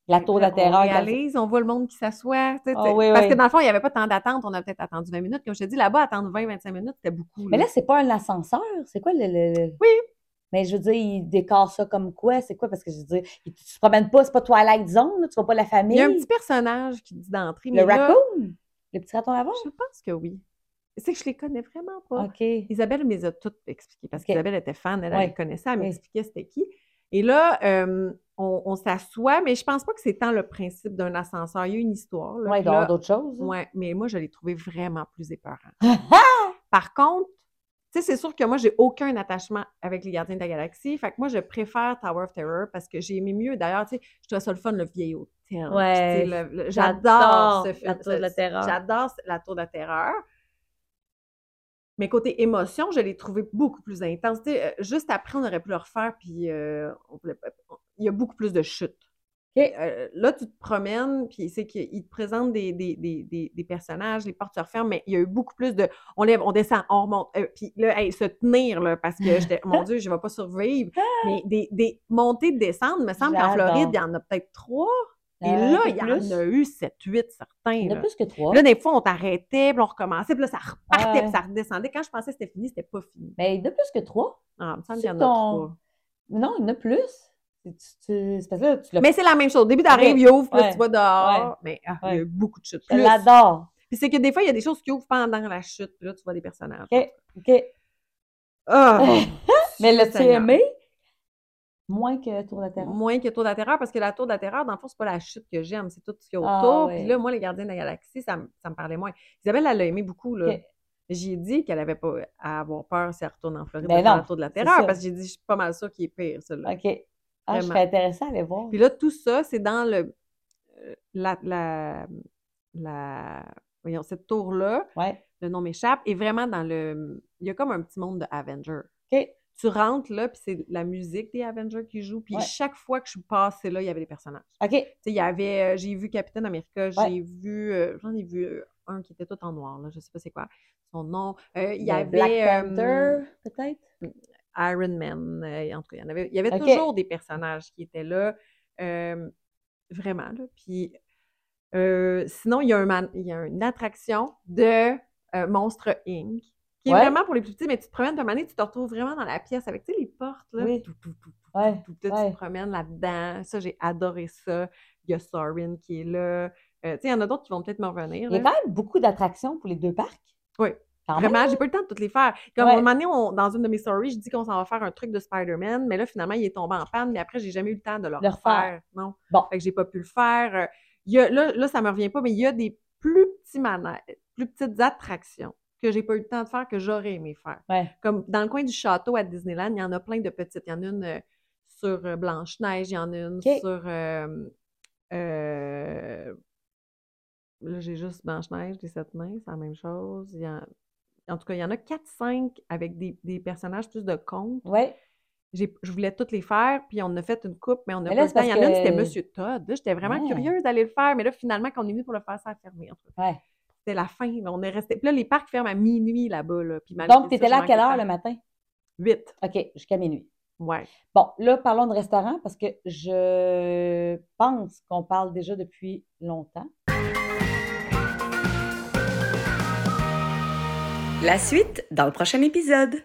S1: La Tour de la
S2: On
S1: Terreur. Guardians-
S2: réalise, on voit le monde qui s'assoit. tu sais,
S1: Ah
S2: tu sais.
S1: oui,
S2: Parce
S1: oui.
S2: que dans le fond, il n'y avait pas tant d'attente. On a peut-être attendu 20 minutes. Comme je te dis, là-bas, attendre 20-25 minutes, c'était beaucoup.
S1: Mais là, c'est pas un ascenseur. C'est quoi le, le- le-
S2: Mm. Oui.
S1: Mais je veux dire, ils décorent ça comme quoi? C'est quoi? Parce que je veux dire, tu tu te promènes pas, c'est pas Twilight Zone, là, tu vois pas la
S2: il
S1: famille.
S2: y a un petit personnage qui dit d'entrée.
S1: Le
S2: mais là,
S1: raccoon? Le petit raton laveur?
S2: Je pense que oui. C'est que je les connais vraiment pas.
S1: OK. Ouais.
S2: Isabelle me les a toutes expliquées parce
S1: Ok.
S2: qu'Isabelle était fan, elle, elle
S1: Ouais.
S2: les connaissait, elle
S1: Oui.
S2: m'expliquait c'était qui. Et là, euh, on, on s'assoit, mais je pense pas que c'est tant le principe d'un ascenseur. Il y a une histoire. là,
S1: il doit y
S2: puis là,
S1: avoir d'autres choses. hein.
S2: ouais, mais moi, je l'ai trouvé vraiment plus épeurant.
S1: <laughs>
S2: Par contre, tu sais, c'est sûr que moi, j'ai aucun attachement avec les gardiens de la galaxie. Fait que moi, je préfère Tower of Terror parce que j'ai aimé mieux. D'ailleurs, tu sais, je trouve ça le fun, le vieil hôtel. Puis, tu sais,
S1: Ouais,
S2: le- le-
S1: j'adore
S2: J'adore ce film.
S1: La Tour de la
S2: ce-
S1: Terreur.
S2: J'adore ce- la Tour de la Terreur. Mais côté émotion, je l'ai trouvé beaucoup plus intense. Tu sais, euh, juste après, on aurait pu le refaire, puis euh, on voulait pas- on- il y a beaucoup plus de chutes.
S1: Ok.
S2: Euh, là, tu te promènes, puis c'est qu'ils te présentent des, des, des, des, des personnages, les portes se referment, mais il y a eu beaucoup plus de on lève, on descend, on remonte. euh, puis là, hey, se tenir, là, parce que j'étais, mon Dieu, je ne vais
S1: <laughs>
S2: pas survivre. Mais des, des montées, de descentes, me semble qu'en
S1: J'adore.
S2: Floride, il y en a peut-être trois. Et
S1: Euh,
S2: là,
S1: pas
S2: il y
S1: plus.
S2: en a eu sept, huit, certains.
S1: Il y en
S2: là.
S1: a plus que trois.
S2: Là, des fois, on t'arrêtait, puis on recommençait, puis là, ça repartait,
S1: Ouais.
S2: puis ça redescendait. Quand je pensais que c'était fini, c'était pas fini.
S1: Mais il y en a plus que trois.
S2: Ah, il me semble
S1: C'est
S2: qu'il y en a
S1: ton-
S2: trois.
S1: Non, il y en a plus. Tu- tu- C'est parce que là, tu l'as
S2: Mais c'est la même chose. Au début, t'arrives,
S1: Ok.
S2: il ouvre, puis là,
S1: Ouais.
S2: tu vas dehors. Mais ah, il y a
S1: Ouais.
S2: eu beaucoup de chutes.
S1: Je
S2: Plus.
S1: l'adore.
S2: Puis c'est que des fois, il y a des choses qui ouvrent pendant la chute, puis là, tu vois des personnages.
S1: OK.
S2: Ah!
S1: <laughs> Mais l'as-tu
S2: Seigneur.
S1: aimé? Moins que Tour de la Terreur.
S2: Moins que Tour de la Terreur, parce que la Tour de la Terreur, dans le fond, c'est pas la chute que j'aime, c'est tout ce qu'il y a
S1: Ah,
S2: autour.
S1: ouais.
S2: Puis là, moi, les Gardiens de la Galaxie, ça, me- ça me parlait moins. Isabelle, elle l'a aimé beaucoup, là.
S1: Ok.
S2: J'ai dit qu'elle avait pas à avoir peur si elle retourne en Floride
S1: Ben
S2: à faire
S1: non,
S2: la Tour de la
S1: c'est
S2: Terreur,
S1: ça.
S2: parce que j'ai dit, je suis pas mal sûre qu'il est pire, celui-là.
S1: OK. Ah, je
S2: Vraiment.
S1: serais intéressée à aller voir.
S2: Puis là, tout ça, c'est dans le... euh, La, la, la- voyons, cette tour-là,
S1: Ouais.
S2: le nom m'échappe, est vraiment dans le... Il y a comme un petit monde de Avengers.
S1: OK.
S2: Tu rentres là, puis c'est la musique des Avengers qui joue. Puis
S1: Ouais.
S2: chaque fois que je suis passée là, il y avait des personnages.
S1: OK.
S2: Tu sais, il y avait... euh, j'ai vu Capitaine America, j'ai
S1: Ouais.
S2: vu... euh, J'en ai vu euh, un qui était tout en noir, là. Je sais pas c'est quoi son nom. Euh, il y
S1: Le
S2: avait...
S1: Black
S2: euh,
S1: Panther, peut-être?
S2: Iron Man, euh, en tout cas, il y en avait, il y avait
S1: Ok.
S2: toujours des personnages qui étaient là, euh, vraiment, là. Puis, euh, sinon, il y, a un man- il y a une attraction de euh, Monstre Inc., qui est
S1: Ouais.
S2: vraiment pour les plus petits, mais tu te promènes de manière, tu te retrouves vraiment dans la pièce avec, tu sais, les portes, là,
S1: Oui.
S2: tout, tout, tout, tout,
S1: Ouais.
S2: tout, tout,
S1: ouais.
S2: tu te promènes là-dedans. Ça, j'ai adoré ça. Il y a Sorin qui est là. Euh, tu sais, il y en a d'autres qui vont peut-être me revenir.
S1: Il y a
S2: là.
S1: quand même beaucoup d'attractions pour les deux parcs.
S2: Oui.
S1: Quand même.
S2: Vraiment, j'ai pas eu le temps de toutes les faire. Comme
S1: Ouais.
S2: à un moment donné, on- dans une de mes stories, je dis qu'on s'en va faire un truc de Spider-Man, mais là, finalement, il est tombé en panne, mais après, j'ai jamais eu le temps de le
S1: Le
S2: refaire.
S1: refaire.
S2: Non.
S1: Bon.
S2: Fait que j'ai pas pu le faire. Euh, il y a- là, là, ça me revient pas, mais il y a des plus petits mana- plus petites attractions que j'ai pas eu le temps de faire, que j'aurais aimé faire.
S1: Ouais.
S2: Comme dans le coin du château à Disneyland, il y en a plein de petites. Il y en a une euh, sur euh, Blanche-Neige, il y en a une
S1: Ok.
S2: sur. euh, euh, là, j'ai juste Blanche-Neige, les Sept Nains, c'est la même chose. Il y en, en tout cas, il y en a 4-5 avec des, des personnages plus de contes.
S1: Ouais.
S2: J'ai- Je voulais toutes les faire, puis on en a fait une coupe, mais on n'a
S1: Mais
S2: pas
S1: là,
S2: eu le temps. Il y
S1: c'est
S2: en a une,
S1: parce
S2: c'était
S1: que-
S2: Monsieur Todd. Là, j'étais vraiment
S1: Ouais.
S2: curieuse d'aller le faire, mais là, finalement, quand on est venu pour le faire, ça a fermé. en tout cas.
S1: Ouais.
S2: C'était la fin. là, on est resté. Puis là, les parcs ferment à minuit là-bas. Là, puis malgré
S1: Donc, tu étais
S2: ça,
S1: là à
S2: je
S1: quelle heure le
S2: manquais de temps.
S1: matin?
S2: Huit.
S1: OK, jusqu'à minuit.
S2: Ouais.
S1: Bon, là, parlons de restaurant parce que je pense qu'on parle déjà depuis longtemps.
S3: La suite dans le prochain épisode.